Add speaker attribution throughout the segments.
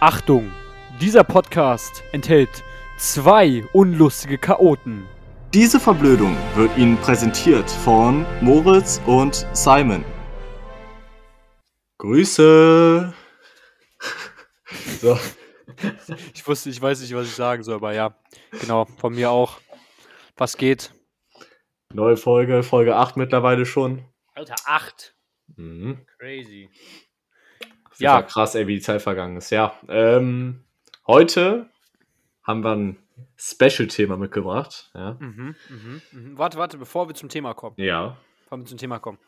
Speaker 1: Achtung! Dieser Podcast enthält zwei unlustige Chaoten.
Speaker 2: Diese Verblödung wird Ihnen präsentiert von Moritz und Simon. Grüße! so.
Speaker 1: Ich wusste, ich weiß nicht, was ich sagen soll, aber ja, genau, von mir auch. Was geht?
Speaker 2: Neue Folge, Folge 8 mittlerweile schon.
Speaker 1: Alter, acht.
Speaker 2: Mhm.
Speaker 1: Crazy.
Speaker 2: Ja.
Speaker 1: Ja,
Speaker 2: Krass, ey, wie die Zeit vergangen ist. Ja. Ähm, heute haben wir ein Special-Thema mitgebracht. Ja.
Speaker 1: Mhm, mhm, mhm. Warte, warte, bevor wir zum Thema kommen.
Speaker 2: ja.
Speaker 1: Bevor wir zum Thema kommen.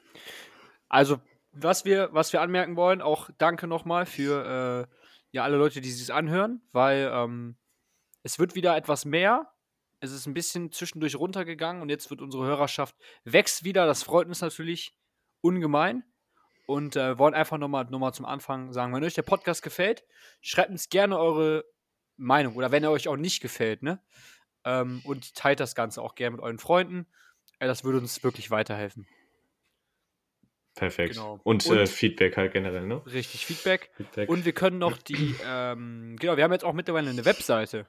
Speaker 1: Also, was wir, was wir anmerken wollen, auch danke nochmal für äh, ja, alle Leute, die sich anhören, weil ähm, es wird wieder etwas mehr. Es ist ein bisschen zwischendurch runtergegangen und jetzt wird unsere Hörerschaft wächst wieder. Das freut uns natürlich ungemein. Und äh, wollen einfach nochmal noch mal zum Anfang sagen, wenn euch der Podcast gefällt, schreibt uns gerne eure Meinung oder wenn er euch auch nicht gefällt, ne? Ähm, und teilt das Ganze auch gerne mit euren Freunden. Äh, das würde uns wirklich weiterhelfen.
Speaker 2: Perfekt.
Speaker 1: Genau.
Speaker 2: Und,
Speaker 1: Und-
Speaker 2: äh, Feedback halt generell, ne?
Speaker 1: Richtig Feedback.
Speaker 2: Feedback.
Speaker 1: Und wir können noch die, ähm, genau, wir haben jetzt auch mittlerweile eine Webseite.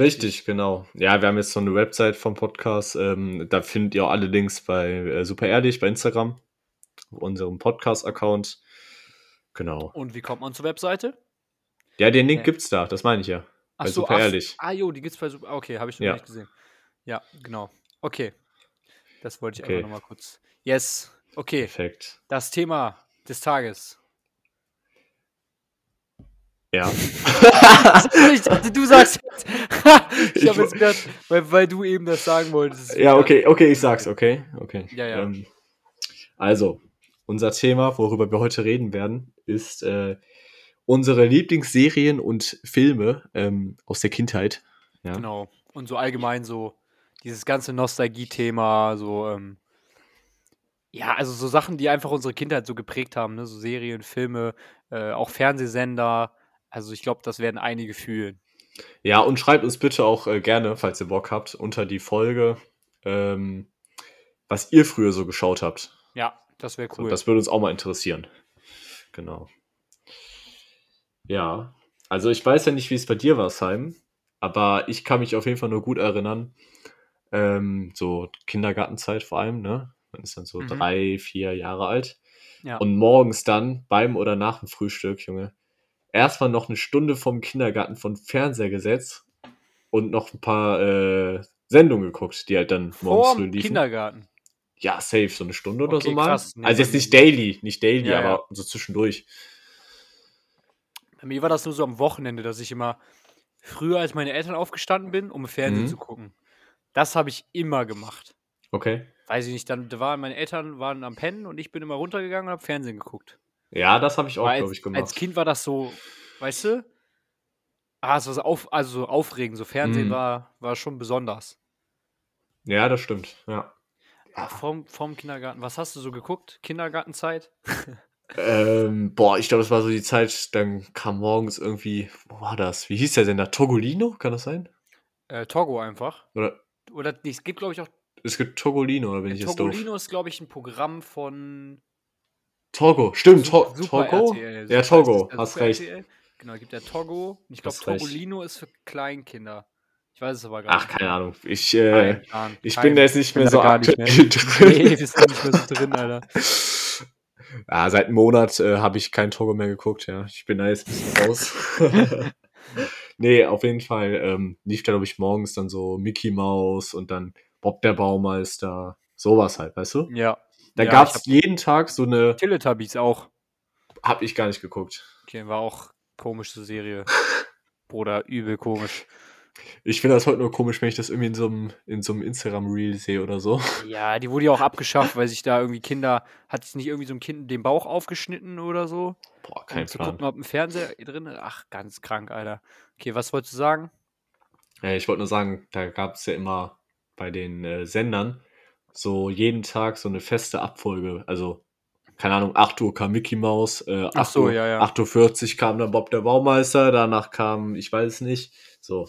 Speaker 2: Richtig, genau. Ja, wir haben jetzt so eine Website vom Podcast. Ähm, da findet ihr auch alle Links bei äh, Super Ehrlich, bei Instagram, auf unserem Podcast-Account. Genau.
Speaker 1: Und wie kommt man zur Webseite?
Speaker 2: Ja, den Link
Speaker 1: Ja.
Speaker 2: gibt's da, das meine ich ja. Bei
Speaker 1: so,
Speaker 2: Super
Speaker 1: ach,
Speaker 2: Ehrlich.
Speaker 1: Ah, jo, die gibt's bei Super. Okay, habe ich noch
Speaker 2: Ja.
Speaker 1: nicht gesehen. Ja, genau. Okay. Das wollte ich
Speaker 2: Okay.
Speaker 1: einfach nochmal kurz. Yes. Okay.
Speaker 2: Perfekt.
Speaker 1: Das Thema des Tages.
Speaker 2: Ja.
Speaker 1: ich dachte, du sagst jetzt. ich
Speaker 2: Ich
Speaker 1: habe jetzt
Speaker 2: wo-
Speaker 1: gedacht, weil, weil du eben das sagen wolltest.
Speaker 2: ja, okay, okay, ich sag's, okay. okay.
Speaker 1: Ja, ja.
Speaker 2: Ähm, also, unser Thema, worüber wir heute reden werden, ist äh, unsere Lieblingsserien und Filme ähm, aus der Kindheit. Ja.
Speaker 1: Genau. Und so allgemein so dieses ganze Nostalgie-Thema, so, ähm, ja, also so Sachen, die einfach unsere Kindheit so geprägt haben, ne? So Serien, Filme, äh, auch Fernsehsender. Also ich glaube, das werden einige fühlen.
Speaker 2: Ja, und schreibt uns bitte auch äh, gerne, falls ihr Bock habt, unter die Folge, ähm, was ihr früher so geschaut habt.
Speaker 1: Ja, das wäre
Speaker 2: So,
Speaker 1: cool.
Speaker 2: das würde uns auch mal interessieren. Genau. Ja, also ich weiß ja nicht, wie es bei dir war, Simon, aber ich kann mich auf jeden Fall nur gut erinnern. Ähm, so Kindergartenzeit vor allem, ne? Man ist dann so
Speaker 1: Mhm.
Speaker 2: drei, vier Jahre alt.
Speaker 1: ja.
Speaker 2: Und morgens dann beim oder nach dem Frühstück, Junge, erstmal noch eine Stunde vom Kindergarten von Fernseher gesetzt und noch ein paar äh, Sendungen geguckt, die halt dann morgens früh
Speaker 1: Vorm
Speaker 2: liefen.
Speaker 1: Kindergarten.
Speaker 2: ja, safe, so eine Stunde oder
Speaker 1: Okay,
Speaker 2: so mal.
Speaker 1: krass. Nee,
Speaker 2: also
Speaker 1: bei
Speaker 2: jetzt
Speaker 1: mir-
Speaker 2: nicht daily, nicht daily,
Speaker 1: Ja,
Speaker 2: aber
Speaker 1: ja.
Speaker 2: so zwischendurch.
Speaker 1: Bei mir war das nur so am Wochenende, dass ich immer früher als meine Eltern aufgestanden bin, um Fernsehen
Speaker 2: Mhm.
Speaker 1: zu gucken. Das habe ich immer gemacht.
Speaker 2: Okay.
Speaker 1: Weiß ich nicht, dann waren meine Eltern waren am Pennen und ich bin immer runtergegangen und habe Fernsehen geguckt.
Speaker 2: Ja, das habe ich auch,
Speaker 1: Weil
Speaker 2: glaube
Speaker 1: als,
Speaker 2: ich, gemacht.
Speaker 1: Als Kind war das so, weißt du? Ah, es war so auf, also so aufregend. So Fernsehen
Speaker 2: Mhm.
Speaker 1: war, war schon besonders.
Speaker 2: Ja, das stimmt. Ja.
Speaker 1: Ah, Vom, vom Kindergarten. Was hast du so geguckt? Kindergartenzeit?
Speaker 2: Ähm, boah, ich glaube, das war so die Zeit, dann kam morgens irgendwie, wo war das? Wie hieß der Sender? Togolino? Kann das sein?
Speaker 1: Äh, Togo einfach.
Speaker 2: Oder
Speaker 1: Oder nee, es gibt, glaube ich, auch.
Speaker 2: es gibt Togolino, oder bin ich jetzt doof?
Speaker 1: Togolino ist, glaube ich, ein Programm von
Speaker 2: Togo, stimmt,
Speaker 1: Su-
Speaker 2: to Togo?
Speaker 1: RTL.
Speaker 2: Ja,
Speaker 1: Super
Speaker 2: Togo,
Speaker 1: RTL, also
Speaker 2: hast
Speaker 1: Super
Speaker 2: recht.
Speaker 1: RTL. Genau, gibt ja Togo. Ich glaube,
Speaker 2: Hast recht.
Speaker 1: Togolino ist für Kleinkinder. Ich weiß es aber gar
Speaker 2: Ach,
Speaker 1: nicht.
Speaker 2: keine Ahnung. Ich, äh,
Speaker 1: Kein Plan,
Speaker 2: ich
Speaker 1: kein-
Speaker 2: bin da jetzt nicht
Speaker 1: bin
Speaker 2: mehr
Speaker 1: da
Speaker 2: so
Speaker 1: gar nicht mehr.
Speaker 2: aktuell
Speaker 1: Nee,
Speaker 2: drin.
Speaker 1: wir sind nicht mehr so drin, Alter.
Speaker 2: ja, seit einem Monat äh, habe ich kein Togo mehr geguckt, ja. Ich bin da jetzt ein bisschen raus. nee, auf jeden Fall ähm, lief da, glaube ich, morgens dann so Mickey Mouse und dann Bob der Baumeister. Sowas halt, weißt du?
Speaker 1: Ja.
Speaker 2: Da
Speaker 1: ja,
Speaker 2: gab's
Speaker 1: ich hab-
Speaker 2: jeden Tag so eine.
Speaker 1: Teletubbies auch.
Speaker 2: Hab ich gar nicht geguckt.
Speaker 1: Okay, war auch komische Serie. Bruder, übel komisch.
Speaker 2: Ich finde das heute nur komisch, wenn ich das irgendwie in so einem, in so einem Instagram-Reel sehe oder so.
Speaker 1: Ja, die wurde ja auch abgeschafft, weil sich da irgendwie Kinder, hat sich nicht irgendwie so ein Kind den Bauch aufgeschnitten oder so?
Speaker 2: Boah,
Speaker 1: um zu gucken, ob ein Fernseher drin ist. Ach, ganz krank, Alter. Okay, was wolltest du sagen?
Speaker 2: Ja, Äh, ich wollte nur sagen, da gab es ja immer bei den äh, Sendern so jeden Tag so eine feste Abfolge. Also, keine Ahnung, 8 Uhr kam Mickey Mouse, äh, 8,
Speaker 1: Ach so,
Speaker 2: Uhr,
Speaker 1: ja, ja.
Speaker 2: 8.40 Uhr kam dann Bob der Baumeister, danach kam, ich weiß es nicht. So,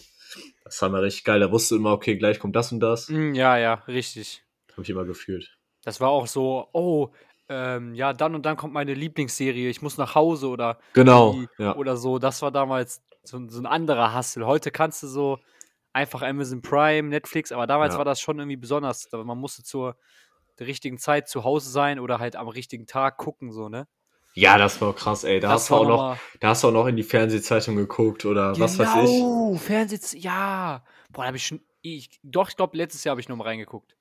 Speaker 2: das war mal richtig geil. Da wusste immer, okay,
Speaker 1: Mhm.
Speaker 2: gleich kommt das und das.
Speaker 1: Hm, ja, ja, richtig.
Speaker 2: Habe ich immer gefühlt.
Speaker 1: Das war auch so, oh, ähm, ja, dann und dann kommt meine Lieblingsserie, ich muss nach Hause oder,
Speaker 2: Genau,
Speaker 1: die-
Speaker 2: ja.
Speaker 1: oder so. Das war damals so, ein- so ein anderer Hassel. Heute kannst du so einfach Amazon Prime, Netflix, aber damals
Speaker 2: Ja.
Speaker 1: war das schon irgendwie besonders. Da- Man musste zur der richtigen Zeit zu Hause sein oder halt am richtigen Tag gucken, so, ne?
Speaker 2: Ja, das war krass, ey. Da hast du auch noch,
Speaker 1: mal-
Speaker 2: da hast du auch noch in die Fernsehzeitung geguckt oder was weiß ich.
Speaker 1: Genau, Fernsehz, ja. Boah, da habe ich schon, ich, doch, ich glaube, letztes Jahr habe ich noch mal reingeguckt.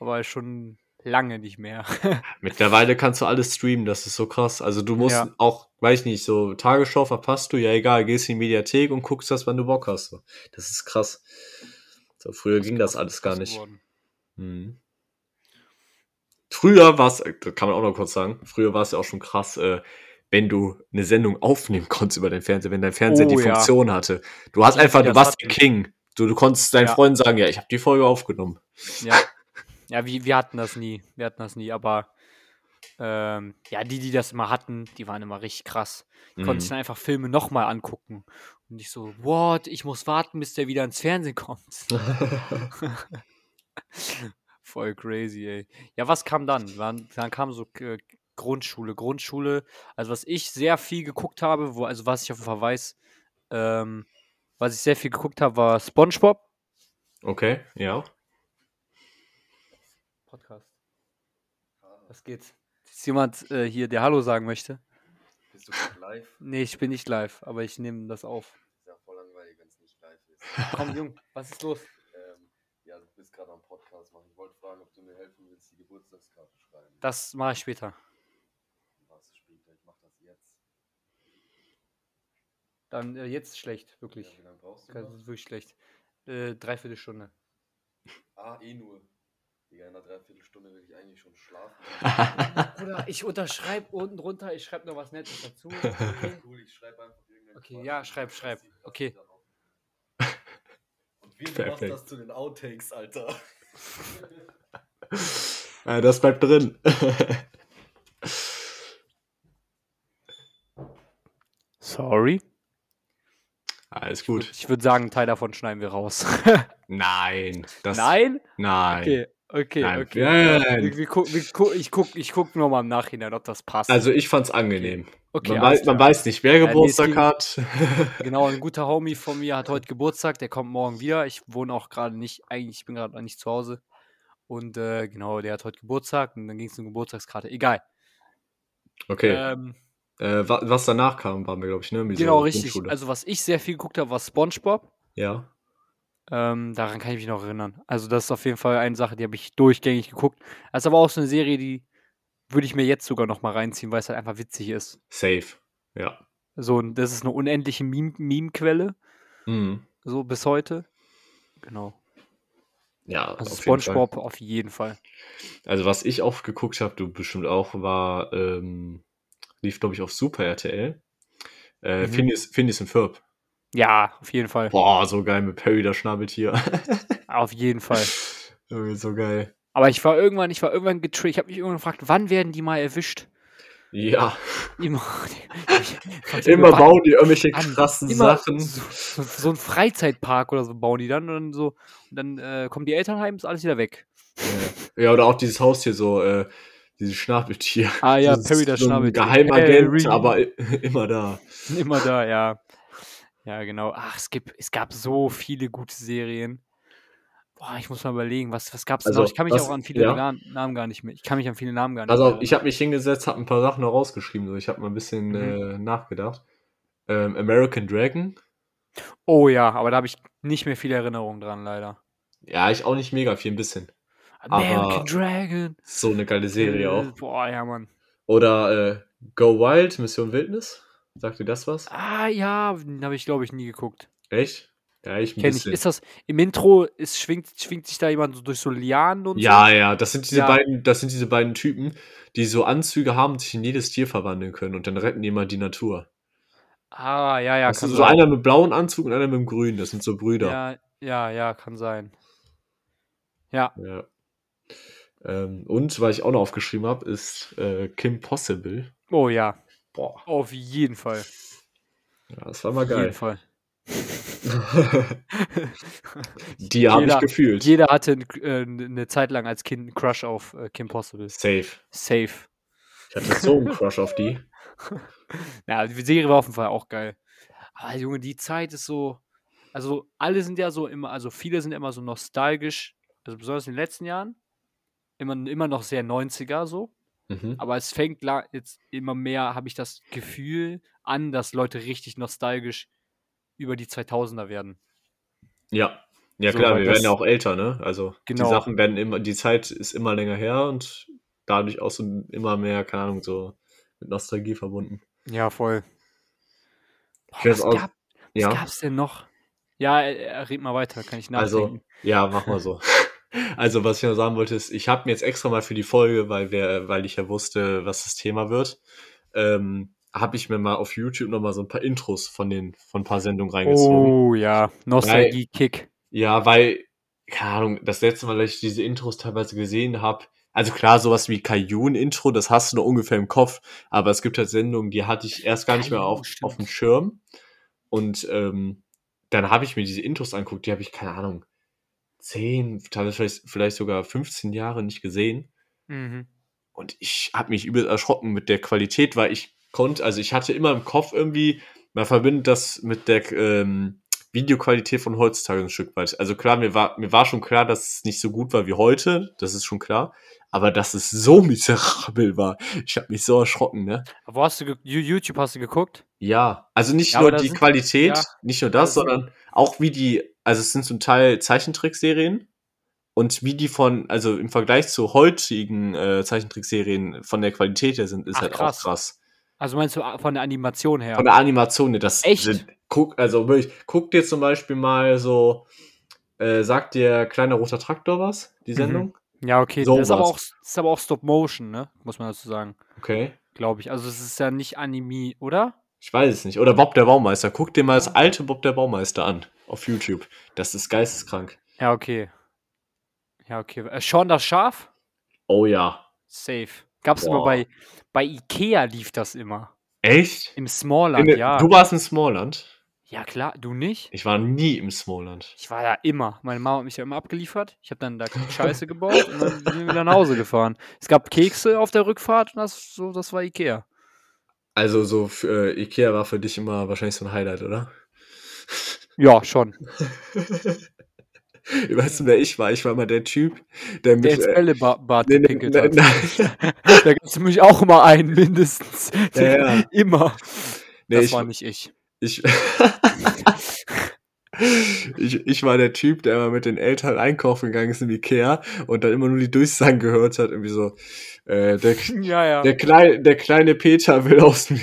Speaker 1: Aber schon lange nicht mehr.
Speaker 2: Mittlerweile kannst du alles streamen, das ist so krass. Also du musst
Speaker 1: Ja.
Speaker 2: auch, weiß nicht, so Tagesschau verpasst du, ja egal, gehst in die Mediathek und guckst das, wann du Bock hast. So. Das ist krass. So, früher ging das alles gar nicht.
Speaker 1: geworden.
Speaker 2: Mhm. Früher war es, das kann man auch noch kurz sagen, früher war es ja auch schon krass, äh, wenn du eine Sendung aufnehmen konntest über den Fernseher, wenn dein Fernseher
Speaker 1: Oh,
Speaker 2: die
Speaker 1: ja.
Speaker 2: Funktion hatte. Du hast einfach, du
Speaker 1: das
Speaker 2: warst
Speaker 1: hatten.
Speaker 2: der King. Du, du konntest deinen
Speaker 1: Ja.
Speaker 2: Freunden sagen, ja, ich habe die Folge aufgenommen.
Speaker 1: Ja, ja wir, wir hatten das nie. Wir hatten das nie, aber ähm, ja, die, die das immer hatten, die waren immer richtig krass. Die konnten sich
Speaker 2: Mhm.
Speaker 1: dann einfach Filme nochmal angucken. Und ich so, what, ich muss warten, bis der wieder ins Fernsehen kommt. Voll crazy, ey. Ja, was kam dann? Wann- Dann kam so äh, Grundschule, Grundschule. Also was ich sehr viel geguckt habe, wo, also was ich auf jeden Fall weiß, ähm, was ich sehr viel geguckt habe, war SpongeBob.
Speaker 2: Okay, ja.
Speaker 1: Podcast. Was geht's? Ist jemand äh, hier, der Hallo sagen möchte?
Speaker 3: Bist du gerade live?
Speaker 1: Nee, ich bin nicht live, aber ich nehme das auf.
Speaker 3: Ist ja voll langweilig, wenn es nicht live ist.
Speaker 1: Komm, Jung, was ist los?
Speaker 3: Ähm, ja, du bist gerade am Podcast machen. Ich wollte fragen, ob du mir helfen willst, die Geburtstagskarte schreiben.
Speaker 1: Das mache ich später.
Speaker 3: Was später, ich mach das jetzt.
Speaker 1: Dann äh, jetzt schlecht,
Speaker 3: Ja,
Speaker 1: wirklich.
Speaker 3: wie lange brauchst du
Speaker 1: Das
Speaker 3: noch?
Speaker 1: ist wirklich schlecht. Äh, dreiviertel Stunde.
Speaker 3: Ah, eh nur. Digga, in einer Dreiviertelstunde will ich eigentlich schon schlafen.
Speaker 1: Bruder, ich unterschreibe unten drunter, ich schreibe noch was Nettes dazu.
Speaker 3: cool, ich schreibe einfach irgendeinen
Speaker 1: Okay, ja, schreib,
Speaker 3: Das
Speaker 1: schreib.
Speaker 3: sieht krass
Speaker 1: Okay.
Speaker 3: wieder aus. Und wir machen
Speaker 2: Perfekt.
Speaker 3: das zu den Outtakes, Alter.
Speaker 2: Äh, das bleibt drin.
Speaker 1: Sorry.
Speaker 2: Alles gut.
Speaker 1: Ich würde sagen, einen Teil davon schneiden wir raus.
Speaker 2: Nein. Das,
Speaker 1: Nein?
Speaker 2: Nein.
Speaker 1: Okay, okay,
Speaker 2: Nein.
Speaker 1: okay.
Speaker 2: Nein.
Speaker 1: Wir, wir guck, wir guck, ich gucke ich guck nur mal im Nachhinein, ob das passt.
Speaker 2: Also ich fand's angenehm.
Speaker 1: okay,
Speaker 2: man,
Speaker 1: alles
Speaker 2: weiß, man
Speaker 1: klar.
Speaker 2: weiß nicht, wer
Speaker 1: Ja, nee, es
Speaker 2: Geburtstag
Speaker 1: ging-
Speaker 2: hat.
Speaker 1: Genau, ein guter Homie von mir hat heute Geburtstag, der kommt morgen wieder. Ich wohne auch gerade nicht, eigentlich, ich bin gerade nicht zu Hause. Und äh, genau, der hat heute Geburtstag und dann ging es um Geburtstagskarte. Egal.
Speaker 2: Okay.
Speaker 1: Ähm,
Speaker 2: Äh, wa- was danach kam, waren wir, glaube ich, ne? Mit so
Speaker 1: genau, richtig.
Speaker 2: Grundschule.
Speaker 1: Also, was ich sehr viel geguckt habe, war Spongebob.
Speaker 2: ja.
Speaker 1: Ähm, daran kann ich mich noch erinnern. Also, das ist auf jeden Fall eine Sache, die habe ich durchgängig geguckt. Das ist aber auch so eine Serie, die würde ich mir jetzt sogar noch mal reinziehen, weil es halt einfach witzig ist.
Speaker 2: Safe. Ja.
Speaker 1: So, und das ist eine unendliche Meme- Meme-Quelle,
Speaker 2: Mhm.
Speaker 1: so bis heute. Genau.
Speaker 2: Ja,
Speaker 1: Also,
Speaker 2: jeden Fall.
Speaker 1: Spongebob auf jeden Fall.
Speaker 2: Also was ich oft geguckt habe, du bestimmt auch, war, ähm, lief, glaube ich, auf Super RTL. Äh,
Speaker 1: Mhm.
Speaker 2: Phineas, Phineas und Ferb.
Speaker 1: Ja, auf jeden Fall.
Speaker 2: Boah, so geil mit Perry, das Schnabeltier.
Speaker 1: Auf jeden Fall.
Speaker 2: Irgendwie so geil.
Speaker 1: Aber ich war irgendwann, ich war irgendwann getriggert. Ich habe mich irgendwann gefragt, wann werden die mal erwischt?
Speaker 2: Ja.
Speaker 1: Immer,
Speaker 2: Immer
Speaker 1: wann-
Speaker 2: bauen die irgendwelche
Speaker 1: wann?
Speaker 2: krassen
Speaker 1: Immer
Speaker 2: Sachen.
Speaker 1: So, so ein Freizeitpark oder so bauen die dann und dann so. Und dann äh, kommen die Eltern heim, ist alles wieder weg.
Speaker 2: Ja, oder auch dieses Haustier, so, äh, dieses Schnabeltier.
Speaker 1: Ah ja,
Speaker 2: ist
Speaker 1: Perry das
Speaker 2: so ein
Speaker 1: Schnabeltier.
Speaker 2: Geheimagent,
Speaker 1: Perry.
Speaker 2: aber i- immer da.
Speaker 1: Immer da, ja. Ja, genau. Ach, es, gibt, es gab so viele gute Serien. Boah, ich muss mal überlegen, was, was gab's
Speaker 2: Also,
Speaker 1: noch? Ich kann mich
Speaker 2: was-
Speaker 1: auch an viele
Speaker 2: ja.
Speaker 1: Ga- Namen gar nicht mehr. Ich kann mich an viele Namen gar nicht
Speaker 2: Also
Speaker 1: mehr.
Speaker 2: ich habe mich hingesetzt, habe ein paar Sachen noch rausgeschrieben. So. Ich habe mal ein bisschen
Speaker 1: Mhm.
Speaker 2: äh, nachgedacht. Ähm, American Dragon.
Speaker 1: Oh ja, aber da habe ich nicht mehr viele Erinnerungen dran, leider.
Speaker 2: Ja, ich auch nicht mega viel, ein bisschen.
Speaker 1: American
Speaker 2: Aber-
Speaker 1: Dragon.
Speaker 2: So eine geile Serie
Speaker 1: Äh,
Speaker 2: auch.
Speaker 1: Boah, ja, Mann.
Speaker 2: Oder äh, Go Wild, Mission Wildnis. Sagt ihr das was?
Speaker 1: Ah, ja, den habe ich, glaube ich, nie geguckt.
Speaker 2: Echt? Ja, ich ein
Speaker 1: Kenn ich.
Speaker 2: bisschen.
Speaker 1: Ist das im Intro, ist, schwingt, schwingt sich da jemand so durch so Lianen und
Speaker 2: ja,
Speaker 1: so?
Speaker 2: ja, das sind diese
Speaker 1: Ja.
Speaker 2: beiden, das sind diese beiden Typen, die so Anzüge haben und sich in jedes Tier verwandeln können und dann retten die immer die Natur.
Speaker 1: Ah, ja, ja,
Speaker 2: das
Speaker 1: kann
Speaker 2: ist so
Speaker 1: sein.
Speaker 2: einer mit blauem Anzug und einer mit dem grünen, das sind so Brüder.
Speaker 1: ja, ja, ja, kann sein. Ja,
Speaker 2: Ja. Ähm, und was ich auch noch aufgeschrieben habe, ist äh, Kim Possible.
Speaker 1: oh ja,
Speaker 2: Boah,
Speaker 1: auf jeden Fall.
Speaker 2: ja, das war mal
Speaker 1: Auf jeden
Speaker 2: geil.
Speaker 1: Fall.
Speaker 2: die habe ich
Speaker 1: Jeder-
Speaker 2: gefühlt.
Speaker 1: Jeder hatte n- äh, eine Zeit lang als Kind einen Crush auf äh, Kim Possible.
Speaker 2: Safe.
Speaker 1: Safe.
Speaker 2: Ich hatte so einen Crush auf die.
Speaker 1: Ja, die Serie war auf jeden Fall auch geil. Aber Junge, die Zeit ist so. Also, alle sind ja so immer, also viele sind immer so nostalgisch, also besonders in den letzten Jahren, immer, immer noch sehr 90er so.
Speaker 2: Mhm.
Speaker 1: Aber es fängt la- jetzt immer mehr, habe ich das Gefühl an, dass Leute richtig nostalgisch über die 2000er werden.
Speaker 2: Ja. Ja
Speaker 1: So,
Speaker 2: klar,
Speaker 1: weil
Speaker 2: wir
Speaker 1: das-
Speaker 2: werden ja auch älter, ne? Also
Speaker 1: Genau.
Speaker 2: die Sachen werden immer, die Zeit ist immer länger her und dadurch auch so immer mehr, keine Ahnung, so mit Nostalgie verbunden.
Speaker 1: Ja, voll. Boah,
Speaker 2: Ich weiß
Speaker 1: was
Speaker 2: auch-
Speaker 1: gab, was
Speaker 2: Ja.
Speaker 1: gab's denn noch? Ja, äh, äh, red mal weiter, kann ich
Speaker 2: Also,
Speaker 1: nachdenken.
Speaker 2: ja, mach mal so. Also, was ich noch sagen wollte, ist, ich habe mir jetzt extra mal für die Folge, weil, wir, weil ich ja wusste, was das Thema wird, ähm, habe ich mir mal auf YouTube nochmal so ein paar Intros von, den, von ein paar Sendungen reingezogen.
Speaker 1: oh ja, Nostalgie-Kick.
Speaker 2: Ja, weil, keine Ahnung, das letzte Mal, dass ich diese Intros teilweise gesehen habe, also klar, sowas wie Kajun-Intro, das hast du noch ungefähr im Kopf, aber es gibt halt Sendungen, die hatte ich erst gar nicht mehr
Speaker 1: Kajun,
Speaker 2: auf,
Speaker 1: stimmt.
Speaker 2: auf dem Schirm. Und ähm, dann habe ich mir diese Intros angeguckt, die habe ich, keine Ahnung, 10, teilweise vielleicht, vielleicht sogar 15 Jahre nicht gesehen.
Speaker 1: Mhm.
Speaker 2: Und ich habe mich übel erschrocken mit der Qualität, weil ich konnte, also ich hatte immer im Kopf irgendwie, man verbindet das mit der ähm, Videoqualität von heutzutage ein Stück weit. Also klar, mir war, mir war schon klar, dass es nicht so gut war wie heute, das ist schon klar, aber dass es so miserabel war, ich habe mich so erschrocken, ne?
Speaker 1: Aber Wo hast du ge- Ju- YouTube hast du geguckt?
Speaker 2: Ja, also nicht
Speaker 1: Ja,
Speaker 2: nur
Speaker 1: aber da
Speaker 2: die
Speaker 1: sind-
Speaker 2: Qualität,
Speaker 1: ja,
Speaker 2: nicht nur das,
Speaker 1: da sind-
Speaker 2: sondern auch wie die, also es sind zum Teil Zeichentrickserien und wie die von, also im Vergleich zu heutigen äh, Zeichentrickserien von der Qualität her sind, ist
Speaker 1: Ach,
Speaker 2: halt
Speaker 1: krass.
Speaker 2: auch krass.
Speaker 1: Also meinst du a- von der Animation her?
Speaker 2: Von der Animation, ne, das
Speaker 1: Echt?
Speaker 2: sind, guck, also wirklich, guck dir zum Beispiel mal so, äh, sagt dir Kleiner Roter Traktor was, die
Speaker 1: Mhm.
Speaker 2: Sendung?
Speaker 1: ja, okay. das, ist aber auch,
Speaker 2: sowas.
Speaker 1: das ist aber auch Stop Motion, ne? Muss man dazu sagen,
Speaker 2: Okay.
Speaker 1: glaube ich. Also es ist ja nicht Anime, oder?
Speaker 2: Ich weiß es nicht. Oder Bob der Baumeister. Guck dir mal das alte Bob der Baumeister an auf YouTube. Das ist geisteskrank.
Speaker 1: Ja, okay. Ja, okay. Äh, Sean das Schaf?
Speaker 2: Oh ja.
Speaker 1: Safe. Gab's immer
Speaker 2: Boah.
Speaker 1: bei, bei Ikea lief das immer.
Speaker 2: Echt?
Speaker 1: Im
Speaker 2: In,
Speaker 1: Smallland, ja.
Speaker 2: Du warst im Smallland?
Speaker 1: Ja, klar, du nicht?
Speaker 2: Ich war nie im Smallland.
Speaker 1: Ich war da immer. Meine Mama hat mich ja immer abgeliefert. Ich habe dann da Scheiße gebaut und dann sind wir wieder nach Hause gefahren. Es gab Kekse auf der Rückfahrt und das, so, das war Ikea.
Speaker 2: Also so f- äh, Ikea war für dich immer wahrscheinlich so ein Highlight, oder?
Speaker 1: Ja, schon.
Speaker 2: Weißt du, wer ich war? Ich war immer der Typ, der
Speaker 1: Der
Speaker 2: mich...
Speaker 1: ins
Speaker 2: äh,
Speaker 1: Bällebad
Speaker 2: nee, nee,
Speaker 1: gepinkelt
Speaker 2: nee,
Speaker 1: hat.
Speaker 2: nein.
Speaker 1: Da gab es nämlich auch immer einen, mindestens.
Speaker 2: Ja, ja.
Speaker 1: Immer.
Speaker 2: Äh, Nee,
Speaker 1: das
Speaker 2: ich,
Speaker 1: war nicht ich.
Speaker 2: ich, ich, ich war der Typ, der immer mit den Eltern einkaufen gegangen ist im Ikea und dann immer nur die Durchsagen gehört hat. Irgendwie so, äh, der,
Speaker 1: Ja, ja.
Speaker 2: der, Klei, der kleine Peter will aus dem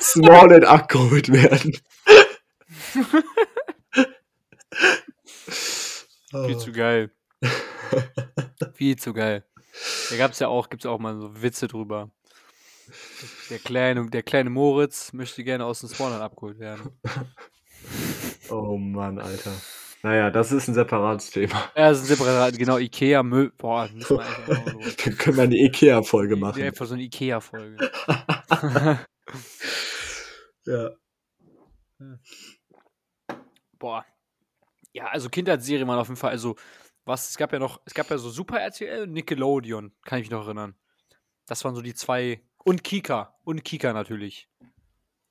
Speaker 2: Smallland abgeholt werden. Oh.
Speaker 1: Viel zu geil. Viel zu geil. Da gab's ja auch, gibt's auch mal so Witze drüber. Der kleine, der kleine Moritz möchte gerne aus dem Spawnern abgeholt werden.
Speaker 2: Oh Mann, Alter. Naja, das ist ein separates Thema.
Speaker 1: Ja, das ist ein separat, genau, Ikea, Müll. Boah, das müssen wir eigentlich auch noch mal los.
Speaker 2: Dann können wir eine Ikea-Folge
Speaker 1: Die-
Speaker 2: machen.
Speaker 1: Einfach so eine Ikea-Folge.
Speaker 2: Ja.
Speaker 1: Boah. Ja, also Kindheitsserien waren auf jeden Fall, also, was, es gab ja noch, es gab ja so Super RTL und Nickelodeon, kann ich mich noch erinnern. Das waren so die zwei. Und Kika. Und Kika natürlich.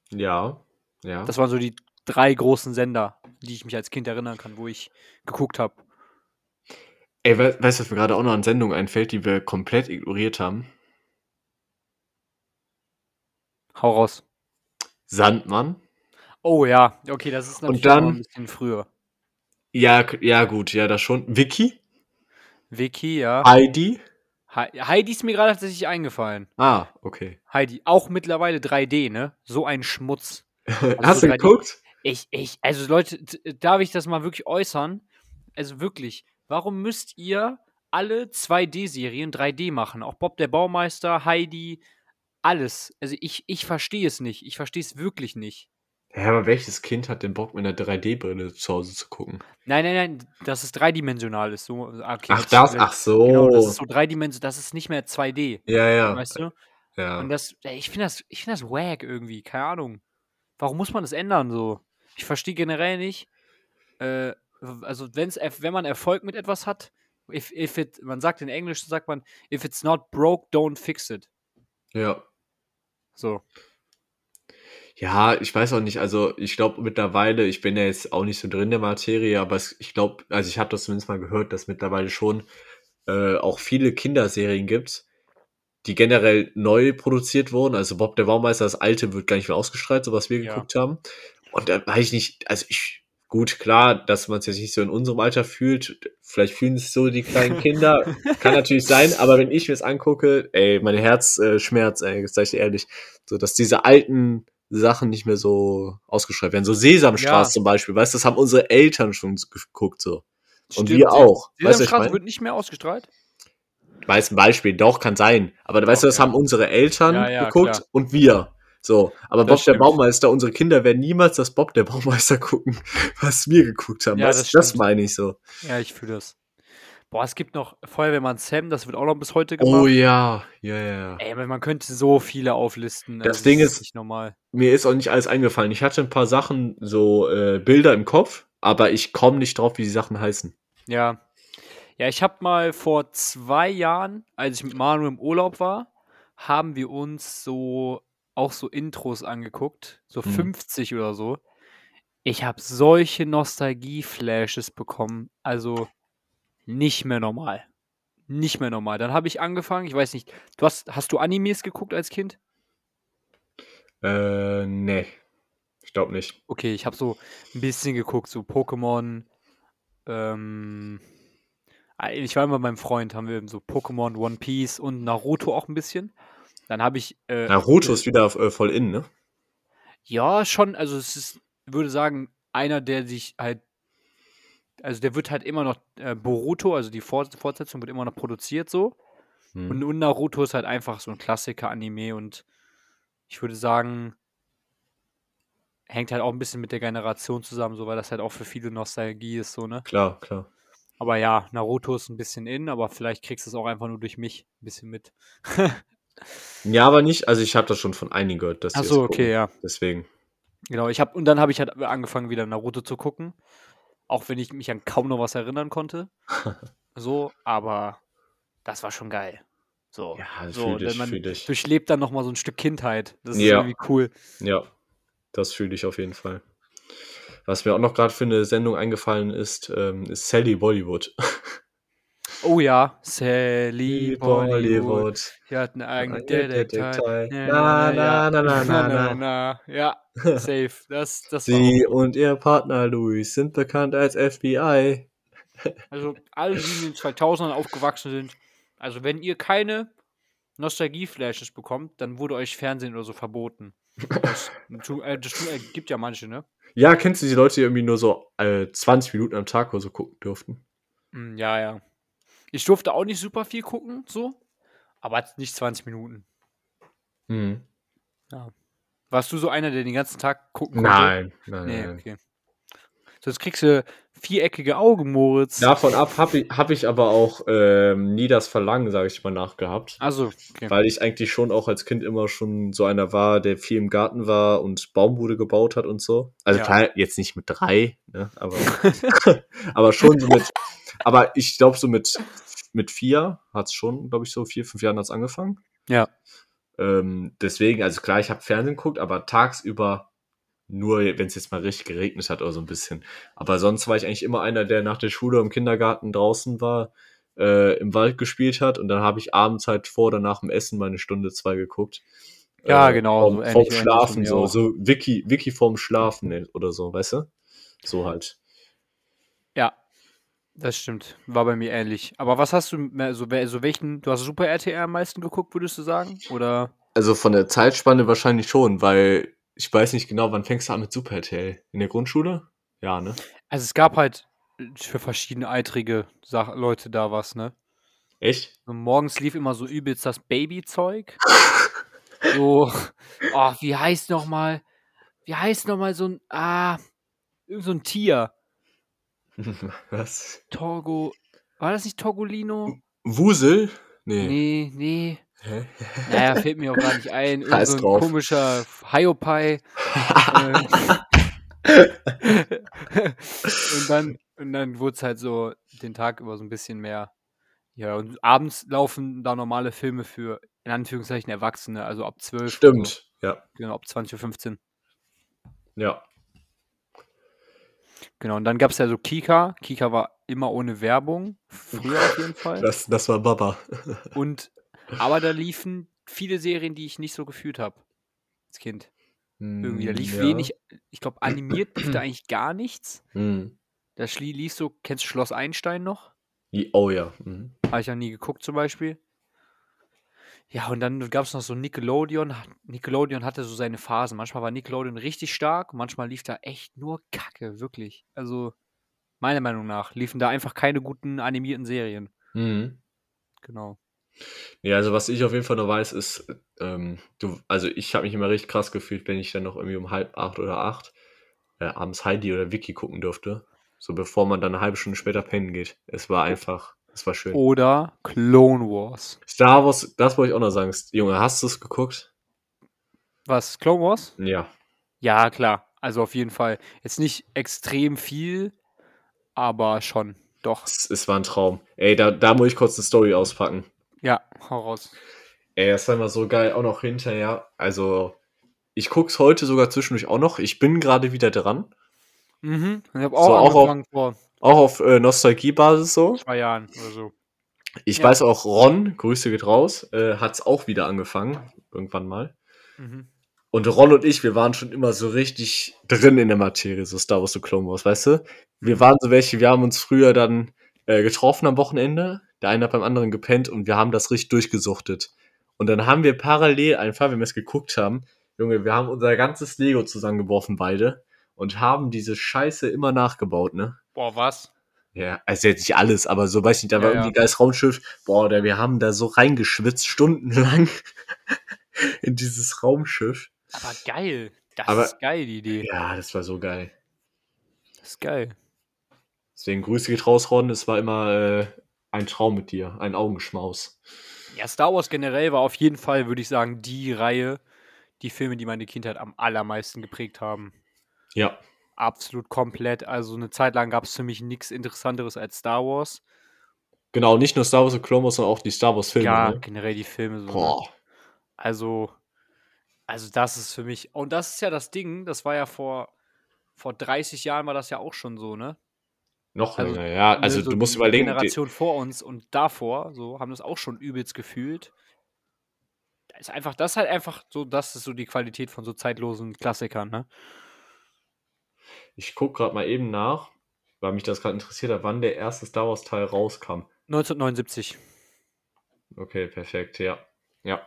Speaker 2: Ja. Ja.
Speaker 1: Das waren so die drei großen Sender, die ich mich als Kind erinnern kann, wo ich geguckt habe.
Speaker 2: Ey, we weißt du, was mir gerade auch noch an Sendungen einfällt, die wir komplett ignoriert haben?
Speaker 1: Hau raus.
Speaker 2: Sandmann.
Speaker 1: Oh ja, okay, das ist natürlich
Speaker 2: dann-
Speaker 1: noch ein bisschen früher.
Speaker 2: Ja, k- ja, gut, ja, das schon. Vicky?
Speaker 1: Vicky, ja.
Speaker 2: Heidi?
Speaker 1: Hei- Heidi ist mir gerade tatsächlich eingefallen.
Speaker 2: Ah, okay.
Speaker 1: Heidi, auch mittlerweile 3D, ne? So ein Schmutz.
Speaker 2: Hast du
Speaker 1: 3D?
Speaker 2: geguckt?
Speaker 1: Ich, ich, also Leute, t- darf ich das mal wirklich äußern? Also wirklich, warum müsst ihr alle 2D-Serien 3D machen? Auch Bob der Baumeister, Heidi, alles. Also ich, ich verstehe es nicht. Ich verstehe es wirklich nicht.
Speaker 2: Ja, aber welches Kind hat den Bock, mit einer 3D-Brille zu Hause zu gucken?
Speaker 1: Nein, nein, nein, dass es dreidimensional ist. So, äh, okay,
Speaker 2: Ach,
Speaker 1: hätte ich
Speaker 2: das,
Speaker 1: gesagt.
Speaker 2: ach so.
Speaker 1: Genau, das ist so dreidimensional, das ist nicht mehr 2D,
Speaker 2: ja, ja.
Speaker 1: weißt du?
Speaker 2: ja.
Speaker 1: Und das, ey, ich finde das, ich finde das wack irgendwie, keine Ahnung. Warum muss man das ändern so? Ich verstehe generell nicht. Äh, also wenn's, erf- wenn man Erfolg mit etwas hat, if, if it, man sagt in Englisch, sagt man, if it's not broke, don't fix it.
Speaker 2: ja.
Speaker 1: So.
Speaker 2: Ja, ich weiß auch nicht. Also ich glaube mittlerweile, ich bin ja jetzt auch nicht so drin in der Materie, aber es, ich glaube, also ich habe das zumindest mal gehört, dass mittlerweile schon äh, auch viele Kinderserien gibt, die generell neu produziert wurden. Also Bob der Baumeister, das alte wird gar nicht mehr ausgestrahlt, so was wir
Speaker 1: Ja.
Speaker 2: geguckt haben. Und da weiß ich nicht, also ich, gut, klar, dass man es jetzt nicht so in unserem Alter fühlt. Vielleicht fühlen es so die kleinen Kinder, kann natürlich sein, aber wenn ich mir das angucke, ey, mein Herz äh, schmerzt, ey, das sag ich dir ehrlich, so dass diese alten Sachen nicht mehr so ausgeschreibt werden. So Sesamstraße
Speaker 1: Ja.
Speaker 2: zum Beispiel, weißt du, das haben unsere Eltern schon geguckt so. Und
Speaker 1: Stimmt,
Speaker 2: wir
Speaker 1: Sesam-
Speaker 2: auch. Weißt du, was ich
Speaker 1: Sesamstraße
Speaker 2: meine?
Speaker 1: wird nicht mehr ausgestrahlt.
Speaker 2: Weiß ein Beispiel, doch, kann sein. Aber weißt du, das
Speaker 1: Okay.
Speaker 2: haben unsere Eltern
Speaker 1: Ja, ja,
Speaker 2: geguckt
Speaker 1: klar.
Speaker 2: und wir. So, aber
Speaker 1: Das
Speaker 2: Bob
Speaker 1: stimmt.
Speaker 2: der Baumeister, unsere Kinder werden niemals das Bob der Baumeister gucken, was wir geguckt haben.
Speaker 1: Ja,
Speaker 2: weißt,
Speaker 1: das
Speaker 2: du, das
Speaker 1: stimmt.
Speaker 2: meine ich so.
Speaker 1: Ja, ich fühle das. Boah, es gibt noch Feuerwehrmann Sam, das wird auch noch bis heute gemacht.
Speaker 2: Oh ja, ja, ja. ja.
Speaker 1: Ey, man man könnte so viele auflisten.
Speaker 2: Das
Speaker 1: also
Speaker 2: Ding ist-
Speaker 1: nicht normal.
Speaker 2: Mir ist auch nicht alles eingefallen. Ich hatte ein paar Sachen, so äh, Bilder im Kopf, aber ich komme nicht drauf, wie die Sachen heißen.
Speaker 1: Ja. Ja, ich habe mal vor zwei Jahren, als ich mit Manu im Urlaub war, haben wir uns so auch so Intros angeguckt, so
Speaker 2: Mhm.
Speaker 1: 50 oder so. Ich habe solche Nostalgie-Flashes bekommen, also nicht mehr normal. Nicht mehr normal. Dann habe ich angefangen, ich weiß nicht, du hast, hast du Animes geguckt als Kind?
Speaker 2: Äh, nee. Ich glaube nicht.
Speaker 1: Okay, ich habe so ein bisschen geguckt, so Pokémon. Ähm, ah, ich war immer mit meinem Freund, haben wir eben so Pokémon, One Piece und Naruto auch ein bisschen. Dann habe ich, äh,
Speaker 2: Naruto ist wieder äh, voll in, ne?
Speaker 1: ja, schon, also es ist, würde sagen, einer, der sich halt, also der wird halt immer noch, äh, Boruto, also die Fort- Fortsetzung wird immer noch produziert so.
Speaker 2: Mhm.
Speaker 1: Und, und Naruto ist halt einfach so ein Klassiker-Anime und ich würde sagen, hängt halt auch ein bisschen mit der Generation zusammen, so weil das halt auch für viele Nostalgie ist, so, ne?
Speaker 2: Klar, klar.
Speaker 1: Aber ja, Naruto ist ein bisschen in, aber vielleicht kriegst du es auch einfach nur durch mich ein bisschen mit.
Speaker 2: Ja, aber nicht. Also ich habe das schon von einigen gehört, dass die
Speaker 1: Achso,
Speaker 2: das gucken.
Speaker 1: okay, ja.
Speaker 2: Deswegen.
Speaker 1: Genau, ich habe und dann habe ich halt angefangen wieder Naruto zu gucken, auch wenn ich mich an kaum noch was erinnern konnte. so, aber das war schon geil. So.
Speaker 2: Ja,
Speaker 1: So,
Speaker 2: fühle ich,
Speaker 1: denn man
Speaker 2: fühle ich.
Speaker 1: durchlebt dann noch mal so ein Stück Kindheit. Das ist
Speaker 2: Ja.
Speaker 1: irgendwie cool.
Speaker 2: Ja, das fühle ich auf jeden Fall. Was mir auch noch gerade für eine Sendung eingefallen ist, ähm, ist Sally Bollywood.
Speaker 1: Oh ja, Sally Bollywood. Die hat einen eigenen Detektiv.
Speaker 2: Na, na, na, na, na, na.
Speaker 1: Ja, safe. Das, das war
Speaker 2: Sie und ihr Partner Louis sind bekannt als FBI.
Speaker 1: auch, also alle, die in den 2000ern aufgewachsen sind. Also wenn ihr keine Nostalgie-Flashes bekommt, dann wurde euch Fernsehen oder so verboten. Das, zu- äh, das äh, gibt ja manche, ne?
Speaker 2: Ja, kennst du die Leute, die irgendwie nur so äh, 20 Minuten am Tag oder so gucken durften?
Speaker 1: Mm, Ja, ja. Ich durfte auch nicht super viel gucken, so. Aber nicht 20 Minuten.
Speaker 2: Mhm.
Speaker 1: Warst du so einer, der den ganzen Tag gucken konnte?
Speaker 2: Nein, nein,
Speaker 1: Nee,
Speaker 2: nein.
Speaker 1: okay. Sonst kriegst du viereckige Augen, Moritz.
Speaker 2: Davon ab habe ich, hab ich aber auch ähm, nie das Verlangen, sage ich mal, nachgehabt.
Speaker 1: Also, okay.
Speaker 2: Weil ich eigentlich schon auch als Kind immer schon so einer war, der viel im Garten war und Baumbude gebaut hat und so. Also
Speaker 1: Ja.
Speaker 2: klar, jetzt nicht mit drei, ne? aber, aber schon so mit, aber ich glaube so mit, mit vier hat es schon, glaube ich, so vier, fünf Jahren hat es angefangen.
Speaker 1: Ja.
Speaker 2: Ähm, deswegen, also klar, ich habe Fernsehen geguckt, aber tagsüber nur, wenn es jetzt mal richtig geregnet hat oder so ein bisschen. Aber sonst war ich eigentlich immer einer, der nach der Schule im Kindergarten draußen war, äh, im Wald gespielt hat und dann habe ich abends halt vor oder nach dem Essen meine Stunde zwei geguckt. Äh,
Speaker 1: Ja, genau, so
Speaker 2: Vorm,
Speaker 1: ähnlich-
Speaker 2: vorm
Speaker 1: ähnlich von
Speaker 2: Schlafen,
Speaker 1: mir
Speaker 2: so,
Speaker 1: auch.
Speaker 2: so Wiki, Wiki vorm Schlafen ne, oder so, weißt du? So halt.
Speaker 1: ja, das stimmt. War bei mir ähnlich. Aber was hast du, mehr- so, wel- so welchen, du hast Super RTR am meisten geguckt, würdest du sagen? Oder?
Speaker 2: Also von der Zeitspanne wahrscheinlich schon, weil ich weiß nicht genau, wann fängst du an mit Super RTL? In der Grundschule? Ja, ne?
Speaker 1: Also es gab halt für verschiedene eitrige Sach Leute da was, ne?
Speaker 2: Echt?
Speaker 1: So morgens lief immer so übelst das Babyzeug. So, oh, wie heißt noch mal, wie heißt noch mal so ein, ah, irgend so ein Tier.
Speaker 2: Was?
Speaker 1: Torgo, war das nicht Torgolino?
Speaker 2: Wusel? Nee.
Speaker 1: Nee, nee.
Speaker 2: Hä?
Speaker 1: Naja, fällt mir auch gar nicht ein. Irgend
Speaker 2: Scheiß
Speaker 1: so ein
Speaker 2: drauf.
Speaker 1: komischer Hiopai. ähm. und dann, und dann wurde es halt so den Tag über so ein bisschen mehr. Ja, und abends laufen da normale Filme für in Anführungszeichen Erwachsene, also ab 12. so,
Speaker 2: Stimmt, ja.
Speaker 1: genau, ab 20.15 Uhr.
Speaker 2: Ja.
Speaker 1: Genau, und dann gab es ja so Kika. Kika war immer ohne Werbung, früher auf jeden Fall.
Speaker 2: Das, das war Baba.
Speaker 1: Und, aber da liefen viele Serien, die ich nicht so gefühlt habe als Kind. Irgendwie, da lief
Speaker 2: Hm, Mm, ja.
Speaker 1: wenig, ich glaube, animiert lief da eigentlich gar nichts.
Speaker 2: Hm.
Speaker 1: Da schlie- lief so, kennst du Schloss Einstein noch?
Speaker 2: I- Oh ja. Mhm.
Speaker 1: Habe ich ja nie geguckt zum Beispiel. Ja, und dann gab es noch so Nickelodeon. Nickelodeon hatte so seine Phasen. Manchmal war Nickelodeon richtig stark, manchmal lief da echt nur Kacke, wirklich. Also, meiner Meinung nach, liefen da einfach keine guten animierten Serien.
Speaker 2: Mhm.
Speaker 1: Genau.
Speaker 2: Ja, also was ich auf jeden Fall noch weiß, ist, ähm, du, also ich habe mich immer richtig krass gefühlt, wenn ich dann noch irgendwie um halb acht oder acht äh, abends Heidi oder Vicky gucken durfte. So bevor man dann eine halbe Stunde später pennen geht. Es war einfach, es war
Speaker 1: Oh.
Speaker 2: schön.
Speaker 1: Oder Clone Wars.
Speaker 2: Star Wars, das wollte ich auch noch sagen. Junge, hast du es geguckt?
Speaker 1: Was? Clone Wars?
Speaker 2: Ja.
Speaker 1: Ja, klar. Also auf jeden Fall. Jetzt nicht extrem viel, aber schon. Doch.
Speaker 2: Es, es war ein Traum. Ey, da, da muss ich kurz eine Story auspacken.
Speaker 1: Ja, hau raus.
Speaker 2: Ey, das war immer so geil, auch noch hinterher. Also, ich guck's heute sogar zwischendurch auch noch. Ich bin gerade wieder dran.
Speaker 1: Mhm. Ich habe
Speaker 2: So,
Speaker 1: auch
Speaker 2: auch auf-
Speaker 1: angefangen vor
Speaker 2: Auch auf äh, Nostalgiebasis so.
Speaker 1: zwei Jahren oder so.
Speaker 2: Ich
Speaker 1: Ja.
Speaker 2: weiß auch, Ron, Grüße geht raus, äh, hat's auch wieder angefangen, irgendwann mal.
Speaker 1: Mhm.
Speaker 2: Und Ron und ich, wir waren schon immer so richtig drin in der Materie, so Star Wars und Clone Wars, weißt du? Wir
Speaker 1: Mhm.
Speaker 2: waren so welche, wir haben uns früher dann äh, getroffen am Wochenende, der eine hat beim anderen gepennt und wir haben das richtig durchgesuchtet. Und dann haben wir parallel einfach, wenn wir es geguckt haben, Junge, wir haben unser ganzes Lego zusammengeworfen beide und haben diese Scheiße immer nachgebaut, ne?
Speaker 1: Boah, was?
Speaker 2: Ja, also jetzt nicht alles, aber so weiß ich nicht, da
Speaker 1: Ja,
Speaker 2: war
Speaker 1: ja.
Speaker 2: irgendwie geiles Raumschiff. Boah, da, wir haben da so reingeschwitzt, stundenlang in dieses Raumschiff.
Speaker 1: Aber geil. Das
Speaker 2: Aber-
Speaker 1: ist geil, die Idee.
Speaker 2: Ja, das war so geil.
Speaker 1: Das ist geil.
Speaker 2: Deswegen Grüße geht raus, Ron. Es war immer äh, ein Traum mit dir, ein Augenschmaus.
Speaker 1: Ja, Star Wars generell war auf jeden Fall, würde ich sagen, die Reihe, die Filme, die meine Kindheit am allermeisten geprägt haben.
Speaker 2: Ja.
Speaker 1: Absolut komplett. Also eine Zeit lang gab es für mich nichts Interessanteres als Star Wars.
Speaker 2: Genau, nicht nur Star Wars und Clone Wars, sondern auch die Star Wars Filme.
Speaker 1: ja,
Speaker 2: ne?
Speaker 1: generell die Filme. So, ne?
Speaker 2: Boah.
Speaker 1: Also, also das ist für mich, und das ist ja das Ding, das war ja vor, vor 30 Jahren war das ja auch schon so, ne?
Speaker 2: Noch
Speaker 1: Also,
Speaker 2: länger, ja. Also
Speaker 1: Ne, so
Speaker 2: du musst
Speaker 1: die
Speaker 2: überlegen.
Speaker 1: Generation vor uns und davor, so, haben das auch schon übelst gefühlt. Da ist einfach, das ist halt einfach so, das ist so die Qualität von so zeitlosen Klassikern, ne?
Speaker 2: die- Ich guck gerade mal eben nach, weil mich das gerade interessiert hat, wann der erste Star Wars Teil rauskam.
Speaker 1: 1979.
Speaker 2: Okay, perfekt, ja. Ja.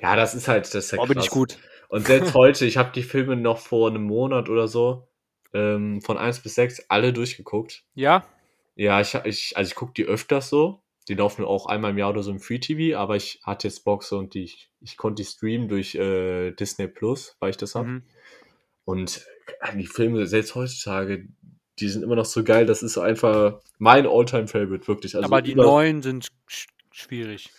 Speaker 2: Ja, das ist halt, das ist ja
Speaker 1: Boah, bin ich
Speaker 2: krass.
Speaker 1: gut.
Speaker 2: Und selbst heute, ich habe die Filme noch vor einem Monat oder so, ähm, von 1 bis 6, alle durchgeguckt.
Speaker 1: Ja?
Speaker 2: Ja, ich, ich also ich gucke die öfters so. Die laufen auch einmal im Jahr oder so im Free TV, aber ich hatte jetzt Box und die, ich, ich konnte die streamen durch äh, Disney Plus, weil ich das habe.
Speaker 1: Mhm.
Speaker 2: Und äh, die Filme, selbst heutzutage, die sind immer noch so geil. Das ist einfach mein All-Time-Favorite, wirklich. Also
Speaker 1: Aber die
Speaker 2: über-
Speaker 1: neuen sind sch schwierig.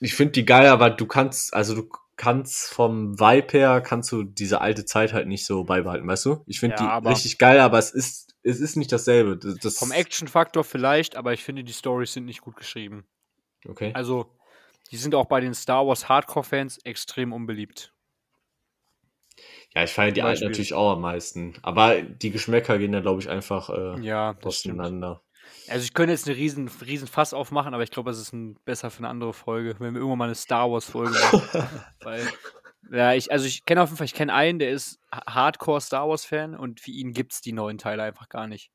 Speaker 2: ich finde die geil, aber du kannst, also du kannst vom Vibe her, kannst du diese alte Zeit halt nicht so beibehalten, weißt du? Ich finde
Speaker 1: Ja,
Speaker 2: die
Speaker 1: aber-
Speaker 2: richtig geil, aber es ist, es ist nicht dasselbe. Das, das
Speaker 1: Vom Action-Faktor vielleicht, aber ich finde, die Stories sind nicht gut geschrieben.
Speaker 2: Okay.
Speaker 1: Also, die sind auch bei den Star Wars Hardcore-Fans extrem unbeliebt.
Speaker 2: Ja, ich feiere die
Speaker 1: zum
Speaker 2: alten
Speaker 1: Beispiel.
Speaker 2: natürlich auch am meisten. Aber die Geschmäcker gehen da, glaube ich, einfach äh,
Speaker 1: Ja, das stimmt.
Speaker 2: auseinander.
Speaker 1: Also ich könnte jetzt einen riesen, riesen Fass aufmachen, aber ich glaube, es ist ein, besser für eine andere Folge, wenn wir irgendwann mal eine Star Wars Folge machen. Weil, ja, ich, also ich kenne auf jeden Fall, ich kenne einen, der ist Ha- Hardcore Star Wars Fan und für ihn gibt es die neuen Teile einfach gar nicht.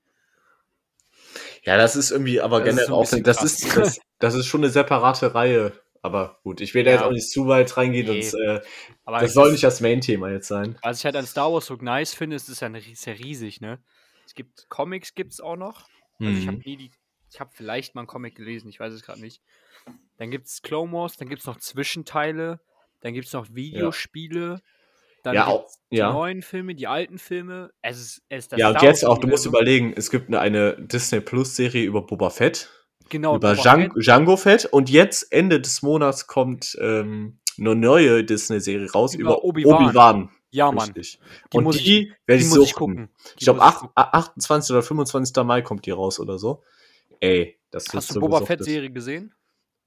Speaker 2: Ja, das ist irgendwie, aber
Speaker 1: Das ist
Speaker 2: generell
Speaker 1: so ein
Speaker 2: auch,
Speaker 1: bisschen
Speaker 2: das
Speaker 1: krass.
Speaker 2: ist, das, das ist schon eine separate Reihe. Aber gut, ich will da
Speaker 1: Ja.
Speaker 2: jetzt auch nicht zu weit reingehen.
Speaker 1: Nee.
Speaker 2: Und, äh,
Speaker 1: Aber
Speaker 2: das
Speaker 1: es
Speaker 2: soll
Speaker 1: ist-
Speaker 2: nicht das Main-Thema jetzt sein.
Speaker 1: was ich halt an Star Wars so nice finde, ist, es ist ja, eine, ist ja riesig, ne? Es gibt Comics gibt's auch noch. Also ich habe
Speaker 2: Mhm.
Speaker 1: nie die, ich habe vielleicht mal einen Comic gelesen, ich weiß es gerade nicht. Dann gibt es Clone Wars, dann gibt es noch Zwischenteile, dann gibt es noch Videospiele, dann
Speaker 2: Ja,
Speaker 1: gibt's
Speaker 2: auch, ja.
Speaker 1: die neuen Filme, die alten Filme. Es ist, es ist das
Speaker 2: ja, und
Speaker 1: Star
Speaker 2: jetzt
Speaker 1: Wars
Speaker 2: auch, du musst
Speaker 1: Universum.
Speaker 2: überlegen, es gibt eine, eine Disney Plus-Serie über Boba Fett,
Speaker 1: genau,
Speaker 2: über
Speaker 1: Boba
Speaker 2: Djan-
Speaker 1: Fett.
Speaker 2: Django Fett und jetzt Ende des Monats kommt ähm, eine neue Disney-Serie raus über,
Speaker 1: Über
Speaker 2: Obi-Wan.
Speaker 1: Obi-Wan. Ja, Mann,
Speaker 2: Richtig.
Speaker 1: die
Speaker 2: und
Speaker 1: muss ich,
Speaker 2: die werde
Speaker 1: die
Speaker 2: ich
Speaker 1: muss ich
Speaker 2: suchen.
Speaker 1: gucken. Die
Speaker 2: Ich glaube,
Speaker 1: muss gucken.
Speaker 2: 28 oder 25. Mai kommt die raus oder so. Ey, das wird
Speaker 1: Hast du
Speaker 2: so
Speaker 1: Boba
Speaker 2: gesuchtet.
Speaker 1: Fett Serie gesehen?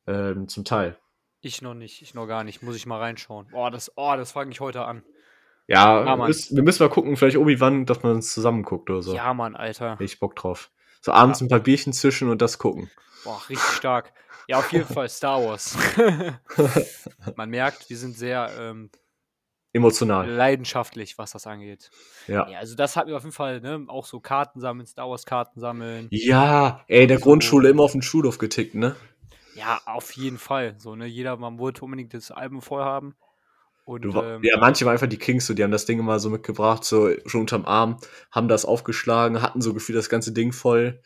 Speaker 2: Ähm, zum Teil.
Speaker 1: Ich noch nicht, ich noch gar nicht. Muss ich mal reinschauen. Oh, das, oh, das fange ich heute an.
Speaker 2: Ja,
Speaker 1: Ah,
Speaker 2: wir
Speaker 1: Mann.
Speaker 2: müssen, wir müssen mal gucken, vielleicht Obi-Wan, dass man uns zusammen guckt oder so.
Speaker 1: Ja, Mann, Alter.
Speaker 2: Hätte ich Bock drauf. So abends
Speaker 1: Ja.
Speaker 2: ein paar Bierchen zischen und das gucken.
Speaker 1: Boah, richtig stark. Ja, auf jeden Fall Star Wars. Man merkt, wir sind sehr ähm,
Speaker 2: Emotional.
Speaker 1: leidenschaftlich, was das angeht.
Speaker 2: Ja.
Speaker 1: Ja, also das hat mir auf jeden Fall, ne, auch so Karten sammeln, Star Wars Karten sammeln.
Speaker 2: Ja, ey, der
Speaker 1: So.
Speaker 2: Grundschule immer auf den Schulhof getickt, ne?
Speaker 1: Ja, auf jeden Fall. So, ne, jeder, man wollte unbedingt das Album voll haben. Und
Speaker 2: Du, wa-
Speaker 1: ähm,
Speaker 2: ja, manche waren einfach die Kings, so, die haben das Ding immer so mitgebracht, so schon unterm Arm, haben das aufgeschlagen, hatten so gefühlt das ganze Ding voll.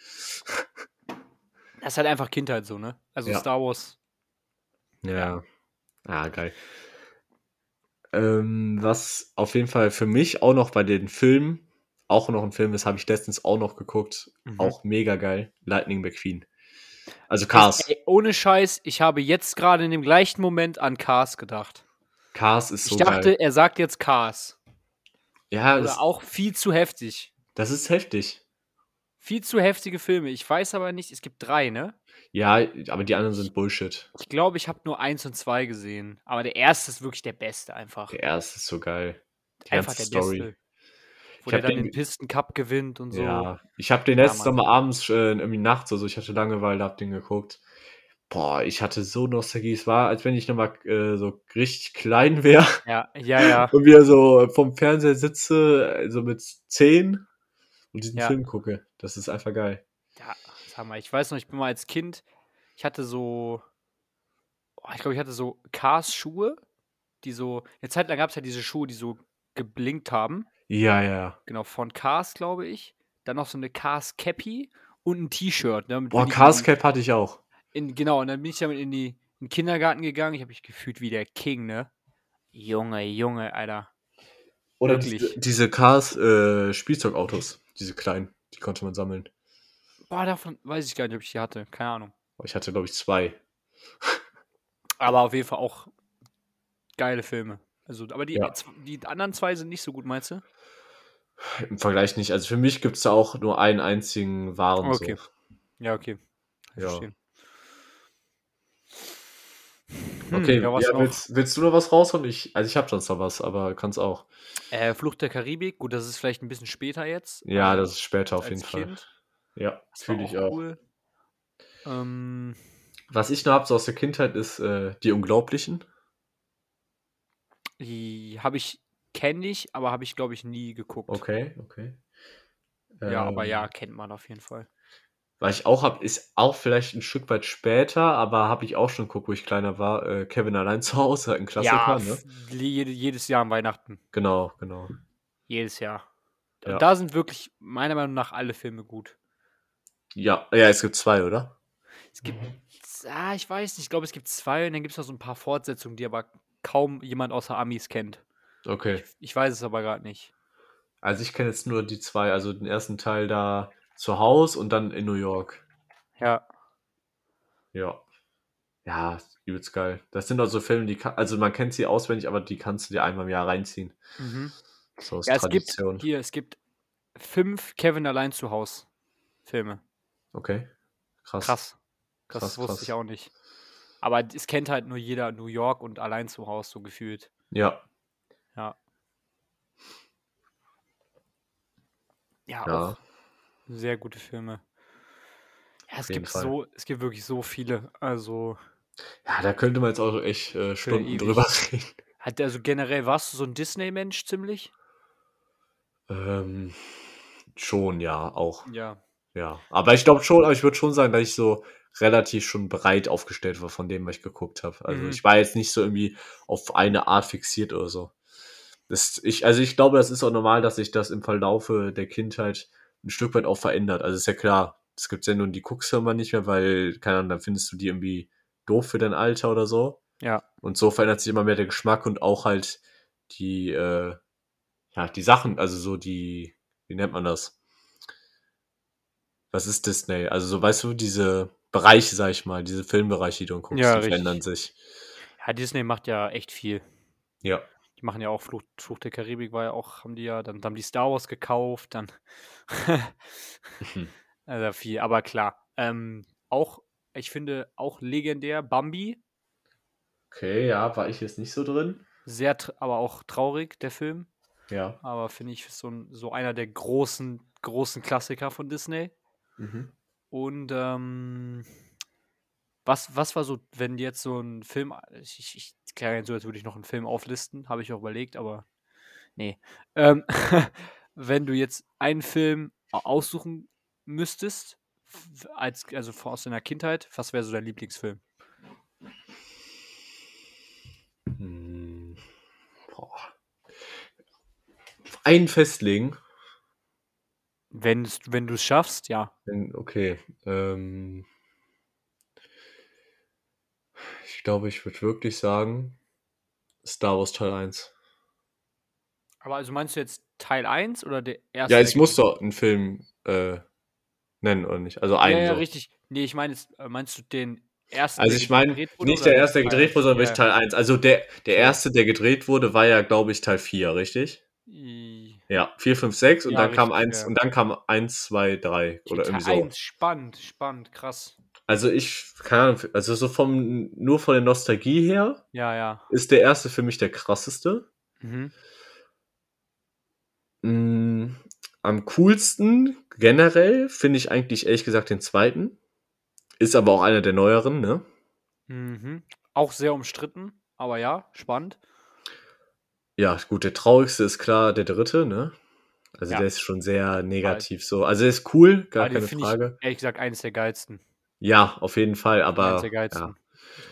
Speaker 1: das ist halt einfach Kindheit so, ne? Also
Speaker 2: Ja.
Speaker 1: Star Wars.
Speaker 2: Ja. Ah, geil. Ähm, was auf jeden Fall für mich auch noch bei den Filmen, auch noch ein Film ist, habe ich letztens auch noch geguckt.
Speaker 1: Mhm.
Speaker 2: Auch mega geil. Lightning McQueen. Also Cars.
Speaker 1: Ey, ohne Scheiß, ich habe jetzt gerade in dem gleichen Moment an Cars gedacht.
Speaker 2: Cars ist so
Speaker 1: ich dachte,
Speaker 2: geil.
Speaker 1: er sagt jetzt Cars.
Speaker 2: Ja, das,
Speaker 1: Oder auch viel zu heftig.
Speaker 2: das ist heftig.
Speaker 1: Viel zu heftige Filme. Ich weiß aber nicht, es gibt drei, ne?
Speaker 2: Ja, aber die anderen sind Bullshit.
Speaker 1: Ich glaube, ich habe nur eins und zwei gesehen. Aber der erste ist wirklich der beste einfach.
Speaker 2: Der erste ist so geil. Die
Speaker 1: einfach der
Speaker 2: ganze Story.
Speaker 1: beste. Wo
Speaker 2: Ich
Speaker 1: der
Speaker 2: hab
Speaker 1: dann
Speaker 2: den
Speaker 1: den Pisten Cup gewinnt und so.
Speaker 2: Ja, ich habe den
Speaker 1: Ja,
Speaker 2: letzten
Speaker 1: Mann.
Speaker 2: Mal abends, äh, irgendwie nachts, also ich hatte Langeweile, hab den geguckt. Boah, ich hatte so Nostalgie. Es war, als wenn ich nochmal äh, so richtig klein wäre
Speaker 1: Ja, ja, ja.
Speaker 2: und wieder so vom Fernseher sitze, äh, so mit 10 und diesen
Speaker 1: Ja.
Speaker 2: Film gucke. Das ist einfach geil.
Speaker 1: ja sag mal, ich weiß noch, ich bin mal als Kind, ich hatte so, oh, ich glaube, ich hatte so Cars-Schuhe, die so, eine Zeit lang gab es ja diese Schuhe, die so geblinkt haben.
Speaker 2: Ja, ja.
Speaker 1: Genau, von Cars, glaube ich. Dann noch so eine Cars-Cappy und ein T-Shirt. Ne? damit
Speaker 2: Boah,
Speaker 1: bin ich in die-
Speaker 2: Carscap hatte ich auch.
Speaker 1: In, genau, und dann bin ich damit in, die, in den Kindergarten gegangen. Ich habe mich gefühlt wie der King, ne? Junge, Junge, Alter.
Speaker 2: Oder
Speaker 1: Wirklich.
Speaker 2: diese, diese Cars äh, Spielzeugautos, diese kleinen, die konnte man sammeln.
Speaker 1: Boah, davon weiß ich gar nicht, ob ich die hatte. Keine Ahnung.
Speaker 2: Boah, Ich hatte, glaube ich, zwei.
Speaker 1: Aber auf jeden Fall auch geile Filme. Also, aber die,
Speaker 2: Ja.
Speaker 1: die anderen zwei sind nicht so gut, meinst du?
Speaker 2: Im Vergleich nicht. Also für mich gibt es da auch nur einen einzigen wahren.
Speaker 1: Okay.
Speaker 2: So.
Speaker 1: Ja, okay. Kann ich
Speaker 2: Ja.
Speaker 1: verstehen. Hm,
Speaker 2: Okay,
Speaker 1: ja,
Speaker 2: ja,
Speaker 1: was noch?
Speaker 2: willst, willst du noch was raushauen? Ich, also ich habe sonst noch was, aber kannst auch.
Speaker 1: Äh, Flucht der Karibik. Gut, das ist vielleicht ein bisschen später jetzt.
Speaker 2: Ja,
Speaker 1: ähm,
Speaker 2: das ist später auf
Speaker 1: als
Speaker 2: jeden Fall.
Speaker 1: Kind.
Speaker 2: Ja,
Speaker 1: Das war
Speaker 2: fühle ich auch.
Speaker 1: Cool. Ähm,
Speaker 2: Was ich noch habe so aus der Kindheit ist äh, die Unglaublichen.
Speaker 1: Die habe ich, kenne ich, aber habe ich, glaube ich, nie geguckt.
Speaker 2: Okay, okay.
Speaker 1: Ja,
Speaker 2: Ähm,
Speaker 1: aber ja, kennt man auf jeden Fall.
Speaker 2: Was ich auch habe, ist auch vielleicht ein Stück weit später, aber habe ich auch schon geguckt, wo ich kleiner war. Äh, Kevin allein zu Hause, ein Klassiker,
Speaker 1: ja,
Speaker 2: ne?
Speaker 1: f- jede, jedes Jahr an Weihnachten.
Speaker 2: Genau, genau.
Speaker 1: Jedes Jahr.
Speaker 2: Ja.
Speaker 1: Und da sind wirklich meiner Meinung nach alle Filme gut.
Speaker 2: Ja, ja, es gibt zwei, oder?
Speaker 1: Es gibt, ah, ich weiß nicht, ich glaube, es gibt zwei und dann gibt es noch so ein paar Fortsetzungen, die aber kaum jemand außer Amis kennt.
Speaker 2: Okay.
Speaker 1: Ich weiß es aber gerade nicht.
Speaker 2: Also ich kenne jetzt nur die zwei, also den ersten Teil da zu Hause und dann in New York.
Speaker 1: Ja,
Speaker 2: Ja. Ja, übelst geil. Das sind also Filme, die kann, also man kennt sie auswendig, aber die kannst du dir einmal im Jahr reinziehen.
Speaker 1: mhm.
Speaker 2: So aus
Speaker 1: ja es gibt
Speaker 2: Tradition.
Speaker 1: hier, es gibt fünf Kevin allein zu Haus Filme.
Speaker 2: okay. Krass.
Speaker 1: Krass. Das
Speaker 2: krass,
Speaker 1: wusste
Speaker 2: krass.
Speaker 1: ich auch nicht. Aber es kennt halt nur jeder New York und allein zu Hause so gefühlt.
Speaker 2: Ja.
Speaker 1: Ja,
Speaker 2: Ja.
Speaker 1: auch sehr gute Filme. Ja, es
Speaker 2: jeden
Speaker 1: gibt
Speaker 2: Fall.
Speaker 1: so, es gibt wirklich so viele. Also,
Speaker 2: Ja, da könnte man jetzt auch echt äh, Stunden
Speaker 1: ewig.
Speaker 2: drüber reden.
Speaker 1: halt, also generell warst du so ein Disney-Mensch ziemlich?
Speaker 2: Ähm, schon, ja, auch.
Speaker 1: Ja.
Speaker 2: Ja. Aber ich glaube schon, aber ich würde schon sagen, dass ich so relativ schon breit aufgestellt war von dem, was ich geguckt habe. Also
Speaker 1: Mhm.
Speaker 2: ich war jetzt nicht so irgendwie auf eine Art fixiert oder so. Das, ich, also ich glaube, das ist auch normal, dass sich das im Verlaufe der Kindheit ein Stück weit auch verändert. Also ist ja klar, es gibt Sendungen, die guckst du immer nicht mehr, weil, keine Ahnung, dann findest du die irgendwie doof für dein Alter oder so.
Speaker 1: Ja.
Speaker 2: Und so verändert sich immer mehr der Geschmack und auch halt die, äh, ja, die Sachen, also so die, wie nennt man das? Was ist Disney? Also so, weißt du, diese Bereiche, sag ich mal, diese Filmbereiche, die du guckst,
Speaker 1: Ja,
Speaker 2: die
Speaker 1: richtig.
Speaker 2: verändern sich.
Speaker 1: Ja, Disney macht ja echt viel.
Speaker 2: Ja,
Speaker 1: Die machen ja auch Flucht, Flucht der Karibik, war ja auch, haben die ja, dann, dann haben die Star Wars gekauft, dann.
Speaker 2: Mhm.
Speaker 1: also viel, aber klar. Ähm, auch, ich finde, auch legendär Bambi.
Speaker 2: Okay, ja, war ich jetzt nicht so drin.
Speaker 1: Sehr, tr- aber auch traurig, der Film.
Speaker 2: Ja.
Speaker 1: Aber finde ich so, ein, so einer der großen, großen Klassiker von Disney.
Speaker 2: Mhm.
Speaker 1: Und ähm, was, was war so, wenn jetzt so ein Film, ich, ich, ich klar, so als würde ich noch einen Film auflisten, habe ich auch überlegt, aber nee. Ähm, wenn du jetzt einen Film au- aussuchen müsstest, f- als, also von- aus deiner Kindheit, was wäre so dein Lieblingsfilm?
Speaker 2: Hm. Boah. Einen festlegen.
Speaker 1: Wenn's, wenn du es schaffst, ja.
Speaker 2: Wenn- Okay. Ähm, ich glaube, ich würde wirklich sagen, Star Wars Teil 1.
Speaker 1: Aber also meinst du jetzt Teil 1 oder der erste? der
Speaker 2: ja, ich muss
Speaker 1: gewesen-
Speaker 2: doch einen Film äh, nennen, oder nicht? Also einen.
Speaker 1: Ja, ja,
Speaker 2: so.
Speaker 1: richtig. Nee, ich meine, jetzt, äh, meinst du den ersten?
Speaker 2: Also
Speaker 1: der
Speaker 2: ich meine,
Speaker 1: gedreht wurde,
Speaker 2: nicht
Speaker 1: oder
Speaker 2: der erste, der
Speaker 1: Teil-
Speaker 2: gedreht wurde, sondern
Speaker 1: ja.
Speaker 2: wirklich Teil 1. Also der, der erste, der gedreht wurde, war ja, glaube ich, Teil 4, richtig?
Speaker 1: I-
Speaker 2: Ja, 4, 5, 6 und
Speaker 1: Ja,
Speaker 2: dann kam
Speaker 1: richtig,
Speaker 2: 1
Speaker 1: ja.
Speaker 2: und dann kam 1, 2, 3 oder
Speaker 1: Teil
Speaker 2: irgendwie so.
Speaker 1: 1, spannend, spannend, krass.
Speaker 2: Also ich, keine Ahnung, also so vom, nur von der Nostalgie her
Speaker 1: Ja, ja.
Speaker 2: ist der erste für mich der krasseste.
Speaker 1: Mhm.
Speaker 2: Mm, am coolsten generell finde ich eigentlich ehrlich gesagt den zweiten. Ist aber auch einer der neueren, ne?
Speaker 1: Mhm. Auch sehr umstritten, aber ja, spannend.
Speaker 2: Ja, gut, der traurigste ist klar der dritte, ne? Also
Speaker 1: Ja.
Speaker 2: der ist schon sehr negativ so. Also der ist cool, gar
Speaker 1: Aber den
Speaker 2: keine
Speaker 1: finde ich,
Speaker 2: Frage.
Speaker 1: Ehrlich gesagt, eines der geilsten.
Speaker 2: Ja, auf jeden Fall,
Speaker 1: eines
Speaker 2: aber
Speaker 1: der
Speaker 2: ja,
Speaker 1: geilsten.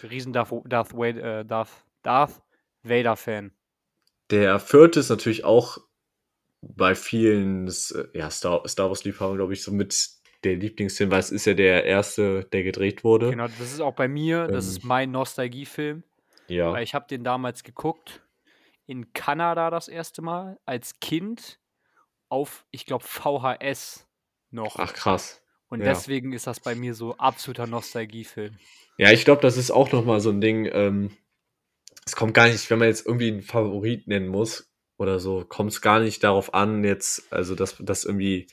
Speaker 1: Ja. Riesen Darth, Darth, Wade- äh, Darth, Darth Vader-Fan.
Speaker 2: der vierte ist natürlich auch bei vielen äh, ja, Star, Star Wars-Liebhabern, glaube ich, so mit der Lieblingsfilm, weil es ist ja der erste, der gedreht wurde.
Speaker 1: Genau, das ist auch bei mir, das ist
Speaker 2: Ähm.
Speaker 1: mein Nostalgiefilm.
Speaker 2: Ja.
Speaker 1: Weil ich habe den damals geguckt in Kanada das erste Mal als Kind auf, ich glaube, VHS noch.
Speaker 2: Ach krass.
Speaker 1: Und
Speaker 2: ja.
Speaker 1: deswegen ist das bei mir so absoluter Nostalgiefilm.
Speaker 2: Ja, ich glaube, das ist auch nochmal so ein Ding. Ähm, es kommt gar nicht, wenn man jetzt irgendwie einen Favorit nennen muss oder so, kommt es gar nicht darauf an, jetzt, also dass das irgendwie,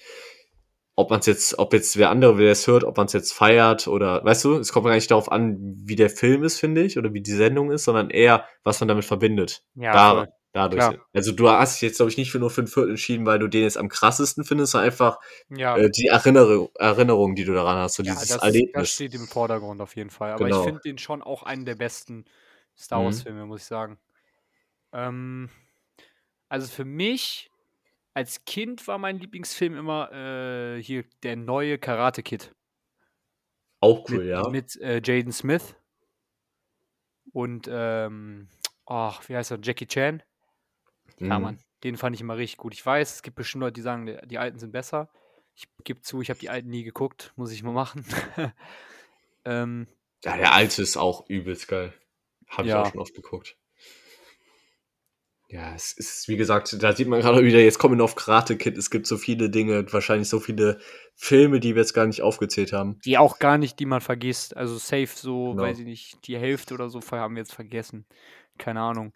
Speaker 2: ob man es jetzt, ob jetzt wer andere, wer es hört, ob man es jetzt feiert oder, weißt du, es kommt gar nicht darauf an, wie der Film ist, finde ich, oder wie die Sendung ist, sondern eher, was man damit verbindet.
Speaker 1: Ja,
Speaker 2: Da-
Speaker 1: voll.
Speaker 2: dadurch.
Speaker 1: Klar.
Speaker 2: Also du hast dich jetzt, glaube ich, nicht für nur für den vierten entschieden, weil du den jetzt am krassesten findest, sondern einfach
Speaker 1: Ja,
Speaker 2: äh, die Erinnerung, Erinnerung, die du daran hast, so
Speaker 1: ja
Speaker 2: dieses
Speaker 1: das, ist- das
Speaker 2: Erlebnis.
Speaker 1: steht im Vordergrund auf jeden Fall. Aber
Speaker 2: Genau.
Speaker 1: ich finde den schon auch einen der besten Star
Speaker 2: Mhm.
Speaker 1: Wars-Filme, muss ich sagen. Ähm, also für mich, als Kind war mein Lieblingsfilm immer äh, hier der neue Karate Kid.
Speaker 2: Auch cool,
Speaker 1: mit,
Speaker 2: ja.
Speaker 1: mit äh, Jaden Smith und ähm, ach, wie heißt er? Jackie Chan. Ja,
Speaker 2: Mhm.
Speaker 1: Mann, den fand ich immer richtig gut. Ich weiß, es gibt bestimmt Leute, die sagen, der- die Alten sind besser. Ich gebe zu, ich habe die Alten nie geguckt, muss ich mal machen. ähm,
Speaker 2: Ja, der alte ist auch übelst geil. Habe
Speaker 1: Ja.
Speaker 2: ich auch schon oft geguckt. Ja, es ist, wie gesagt, da sieht man gerade wieder, jetzt kommen wir noch auf Karate Kid, es gibt so viele Dinge, wahrscheinlich so viele Filme, die wir jetzt gar nicht aufgezählt haben.
Speaker 1: die auch gar nicht, die man vergisst. Also safe so,
Speaker 2: Genau.
Speaker 1: weiß ich nicht, die Hälfte oder so haben wir jetzt vergessen. Keine Ahnung.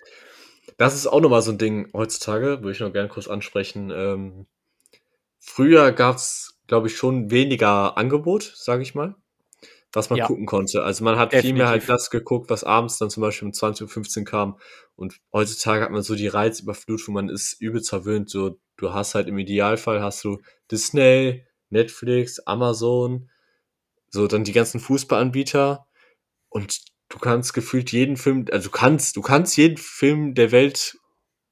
Speaker 2: Das ist auch nochmal so ein Ding heutzutage, würde ich noch gerne kurz ansprechen. Ähm, früher gab's glaube ich, schon weniger Angebot, sage ich mal, was man
Speaker 1: Ja.
Speaker 2: gucken konnte. Also man hat viel mehr halt
Speaker 1: Definitiv.
Speaker 2: das geguckt, was abends dann zum Beispiel um 20.15 Uhr kam. Und heutzutage hat man so die Reizüberflutung, man ist übel verwöhnt. So, du hast halt im Idealfall hast du Disney, Netflix, Amazon, so dann die ganzen Fußballanbieter und du kannst gefühlt jeden Film, also du kannst, du kannst jeden Film der Welt,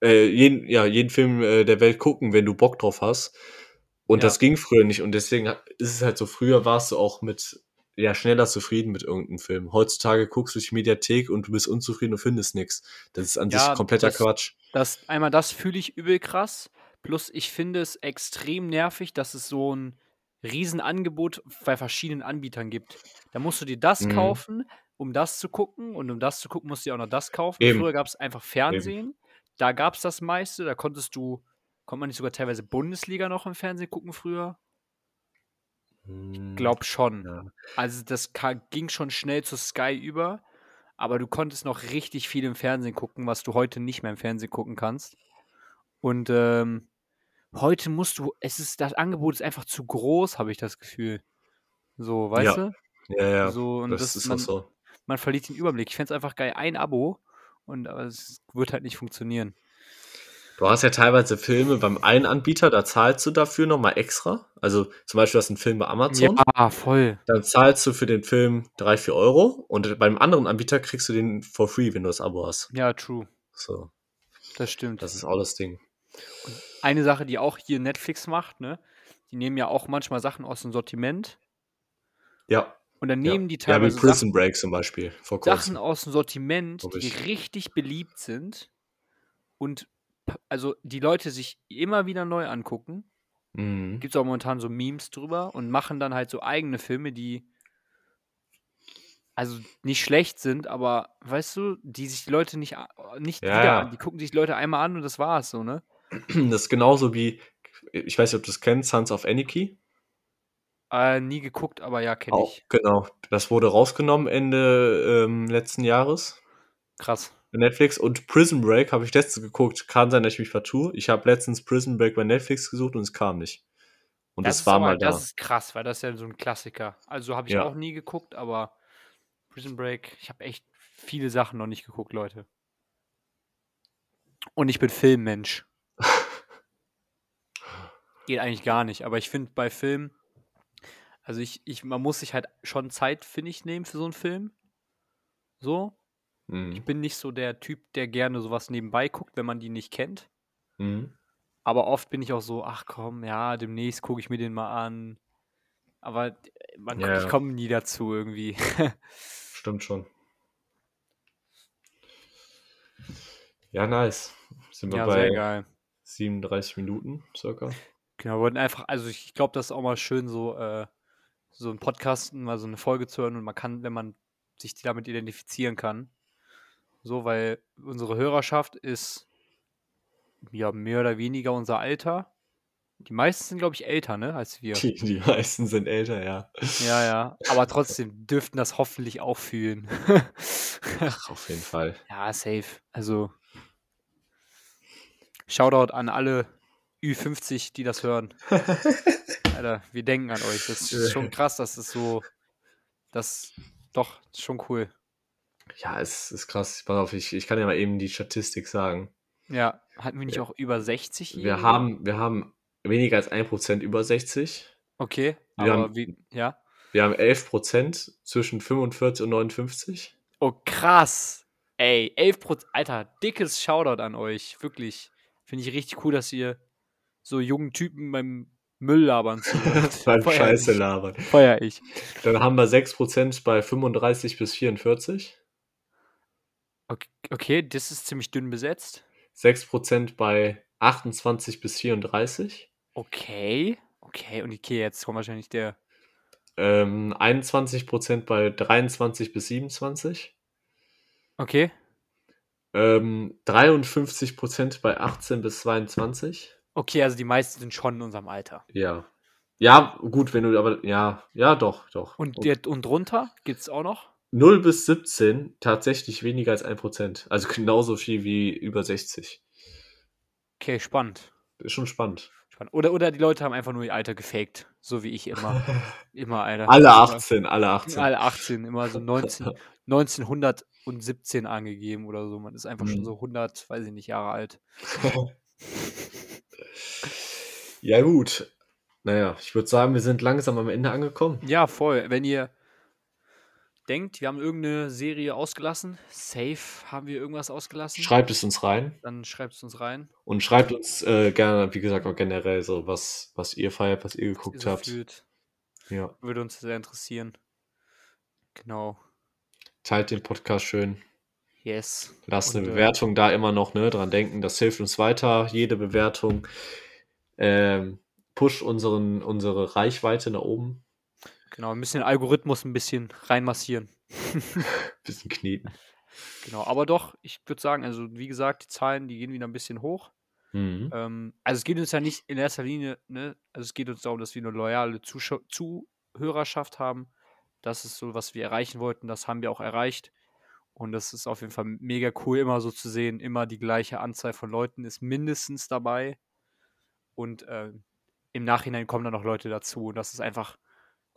Speaker 2: äh, jeden, ja, jeden Film äh, der Welt gucken, wenn du Bock drauf hast. Und
Speaker 1: Ja.
Speaker 2: das ging früher nicht und deswegen ha- ist es halt so, früher warst du auch mit, ja, schneller zufrieden mit irgendeinem Film. Heutzutage guckst du durch die Mediathek und du bist unzufrieden und findest nichts. Das ist an
Speaker 1: Ja,
Speaker 2: sich kompletter
Speaker 1: das-
Speaker 2: Quatsch.
Speaker 1: Das, einmal das fühle ich übel krass. Plus ich finde es extrem nervig, dass es so ein Riesenangebot bei verschiedenen Anbietern gibt. Da musst du dir das
Speaker 2: Mhm.
Speaker 1: kaufen, um das zu gucken. Und um das zu gucken, musst du dir auch noch das kaufen.
Speaker 2: Eben.
Speaker 1: Früher gab es einfach Fernsehen. Da gab es das meiste. Da konntest du, konnte man nicht sogar teilweise Bundesliga noch im Fernsehen gucken früher? Glaub schon.
Speaker 2: Mhm. Ja.
Speaker 1: Also das ka- ging schon schnell zu Sky über. Aber du konntest noch richtig viel im Fernsehen gucken, was du heute nicht mehr im Fernsehen gucken kannst. Und ähm, heute musst du, es ist, das Angebot ist einfach zu groß, habe ich das Gefühl. So, weißt
Speaker 2: Ja,
Speaker 1: du?
Speaker 2: Ja, ja.
Speaker 1: So, und
Speaker 2: das,
Speaker 1: das,
Speaker 2: ist auch
Speaker 1: man,
Speaker 2: so.
Speaker 1: man verliert den Überblick. Ich fände es einfach geil, ein Abo und aber es wird halt nicht funktionieren.
Speaker 2: Du hast ja teilweise Filme beim einen Anbieter, da zahlst du dafür nochmal extra. Also zum Beispiel hast du einen Film bei Amazon,
Speaker 1: Ja, voll.
Speaker 2: dann zahlst du für den Film 3, 4 Euro und beim anderen Anbieter kriegst du den for free, wenn du das Abo hast.
Speaker 1: Ja, true.
Speaker 2: So,
Speaker 1: Das stimmt.
Speaker 2: das ist auch das Ding.
Speaker 1: Eine Sache, die auch hier Netflix macht, ne? Die nehmen ja auch manchmal Sachen aus dem Sortiment
Speaker 2: Ja,
Speaker 1: und dann
Speaker 2: ja.
Speaker 1: nehmen die
Speaker 2: ja, wie
Speaker 1: teilweise Sachen,
Speaker 2: Prison Break zum Beispiel vor
Speaker 1: Sachen
Speaker 2: kurzem.
Speaker 1: aus dem Sortiment,
Speaker 2: Hab
Speaker 1: die
Speaker 2: ich.
Speaker 1: richtig beliebt sind und p- also die Leute sich immer wieder neu angucken.
Speaker 2: Mhm.
Speaker 1: Gibt es auch momentan so Memes drüber und machen dann halt so eigene Filme, die also nicht schlecht sind, aber weißt du, die sich die Leute nicht, a- nicht
Speaker 2: Ja,
Speaker 1: wieder
Speaker 2: ja.
Speaker 1: an. Die gucken sich die Leute einmal an und das war's so, ne?
Speaker 2: Das ist genauso wie, ich weiß nicht, ob du es kennst, Sons of Anarchy.
Speaker 1: Äh, nie geguckt, aber ja, kenne
Speaker 2: Auch,
Speaker 1: ich.
Speaker 2: genau. Das wurde rausgenommen Ende ähm, letzten Jahres.
Speaker 1: Krass.
Speaker 2: bei Netflix und Prison Break habe ich letztens geguckt. Kann sein, dass ich mich vertue. Ich habe letztens Prison Break bei Netflix gesucht und es kam nicht. Und es
Speaker 1: ist
Speaker 2: war
Speaker 1: aber- halt,
Speaker 2: mal da.
Speaker 1: Das ist krass, weil das ist ja so ein Klassiker. Also habe ich
Speaker 2: Ja.
Speaker 1: auch nie geguckt, aber Prison Break, ich habe echt viele Sachen noch nicht geguckt, Leute. Und ich bin Filmmensch. Geht eigentlich gar nicht, aber ich finde bei Filmen, also ich, ich, man muss sich halt schon Zeit, finde ich, nehmen für so einen Film. So. Ich
Speaker 2: Mhm.
Speaker 1: bin nicht so der Typ, der gerne sowas nebenbei guckt, wenn man die nicht kennt.
Speaker 2: Mhm.
Speaker 1: Aber oft bin ich auch so, ach komm, ja, demnächst gucke ich mir den mal an. Aber äh, man,
Speaker 2: Ja,
Speaker 1: ich
Speaker 2: ja.
Speaker 1: komme nie dazu irgendwie.
Speaker 2: Stimmt schon. Ja, nice. Sind wir
Speaker 1: ja, sehr
Speaker 2: bei
Speaker 1: geil.
Speaker 2: 37 Minuten circa.
Speaker 1: Genau, wollten einfach, also ich, ich glaube, das ist auch mal schön, so, äh, so einen Podcast, mal so eine Folge zu hören und man kann, wenn man sich damit identifizieren kann. So, weil unsere Hörerschaft ist ja mehr oder weniger unser Alter. Die meisten sind, glaube ich, älter, ne, als wir.
Speaker 2: Die, die meisten sind älter, ja.
Speaker 1: Ja, ja. Aber trotzdem dürften das hoffentlich auch fühlen.
Speaker 2: Ach, auf jeden Fall.
Speaker 1: Ja, safe. Also, Shoutout an alle Ü50, die das hören. Alter, wir denken an euch. Das ist schon krass, dass es so. Das doch das ist schon cool.
Speaker 2: Ja, es ist krass. Pass auf, ich, ich kann ja mal eben die Statistik sagen.
Speaker 1: Ja, hatten wir nicht auch über 60?
Speaker 2: Wir haben, wir haben weniger als 1% über 60.
Speaker 1: Okay,
Speaker 2: wir
Speaker 1: aber
Speaker 2: haben-
Speaker 1: wie. Ja.
Speaker 2: Wir haben 11% zwischen 45 und 59.
Speaker 1: Oh, krass. Ey, 11%. Alter, dickes Shoutout an euch. Wirklich. Finde ich richtig cool, dass ihr so jungen Typen beim Müll labern zuhört.
Speaker 2: Beim
Speaker 1: Feier
Speaker 2: Scheiße ne?
Speaker 1: ich.
Speaker 2: labern.
Speaker 1: Feier ich.
Speaker 2: Dann haben wir 6% bei 35 bis 44.
Speaker 1: Okay, okay, das ist ziemlich dünn besetzt.
Speaker 2: 6% bei 28 bis 34.
Speaker 1: Okay, okay, und okay, jetzt kommt wahrscheinlich der.
Speaker 2: Ähm, 21% bei 23 bis 27.
Speaker 1: Okay,
Speaker 2: Ähm, 53% bei 18 bis 22.
Speaker 1: okay, also die meisten sind schon in unserem Alter.
Speaker 2: Ja. Ja, gut, wenn du aber. Ja, ja, doch, doch.
Speaker 1: Und, der, und drunter gibt's auch noch?
Speaker 2: 0 bis 17 tatsächlich weniger als 1%. Also genauso viel wie über 60.
Speaker 1: Okay, spannend.
Speaker 2: Ist schon spannend.
Speaker 1: spannend. Oder, oder die Leute haben einfach nur ihr Alter gefaked, so wie ich immer. immer, Alter.
Speaker 2: Alle
Speaker 1: Immer-
Speaker 2: 18, alle 18.
Speaker 1: Alle 18, immer so 19, 1917 angegeben oder so. Man ist einfach schon
Speaker 2: Mhm.
Speaker 1: so 100, weiß ich nicht, Jahre alt.
Speaker 2: ja, gut. Naja, ich würde sagen, wir sind langsam am Ende angekommen.
Speaker 1: Ja, voll. Wenn ihr denkt, wir haben irgendeine Serie ausgelassen, safe haben wir irgendwas ausgelassen,
Speaker 2: Schreibt es uns rein
Speaker 1: dann schreibt es uns rein.
Speaker 2: und schreibt uns äh, gerne, wie gesagt, auch generell so, was, was ihr feiert, was
Speaker 1: was
Speaker 2: ihr
Speaker 1: ihr
Speaker 2: geguckt
Speaker 1: so
Speaker 2: habt.
Speaker 1: fühlt.
Speaker 2: Ja.
Speaker 1: Würde uns sehr interessieren. Genau.
Speaker 2: Teilt den Podcast schön.
Speaker 1: Yes.
Speaker 2: Lasst eine
Speaker 1: Und, äh,
Speaker 2: Bewertung da immer noch ne, dran denken. Das hilft uns weiter. Jede Bewertung ähm, pusht unseren, unsere Reichweite nach oben.
Speaker 1: Genau, wir müssen den Algorithmus ein bisschen reinmassieren.
Speaker 2: Bisschen kneten.
Speaker 1: Genau, aber doch, ich würde sagen, also wie gesagt, die Zahlen, die gehen wieder ein bisschen hoch.
Speaker 2: Mhm.
Speaker 1: Ähm, also es geht uns ja nicht in erster Linie, ne? Also es geht uns darum, dass wir eine loyale Zuschau Zuhörerschaft haben. Das ist so, was wir erreichen wollten. Das haben wir auch erreicht. Und das ist auf jeden Fall mega cool, immer so zu sehen. Immer die gleiche Anzahl von Leuten ist mindestens dabei. Und äh, im Nachhinein kommen dann noch Leute dazu. Und das ist einfach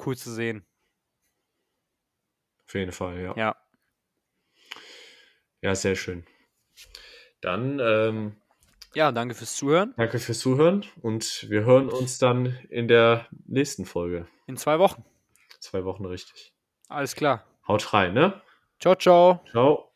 Speaker 1: cool zu sehen.
Speaker 2: Auf jeden Fall, ja.
Speaker 1: Ja.
Speaker 2: Ja, sehr schön. Dann ähm,
Speaker 1: Ja, danke fürs Zuhören.
Speaker 2: danke fürs Zuhören und wir hören uns dann in der nächsten Folge.
Speaker 1: In zwei Wochen.
Speaker 2: Zwei Wochen richtig.
Speaker 1: Alles klar.
Speaker 2: Haut rein, ne?
Speaker 1: Ciao, ciao.
Speaker 2: Ciao.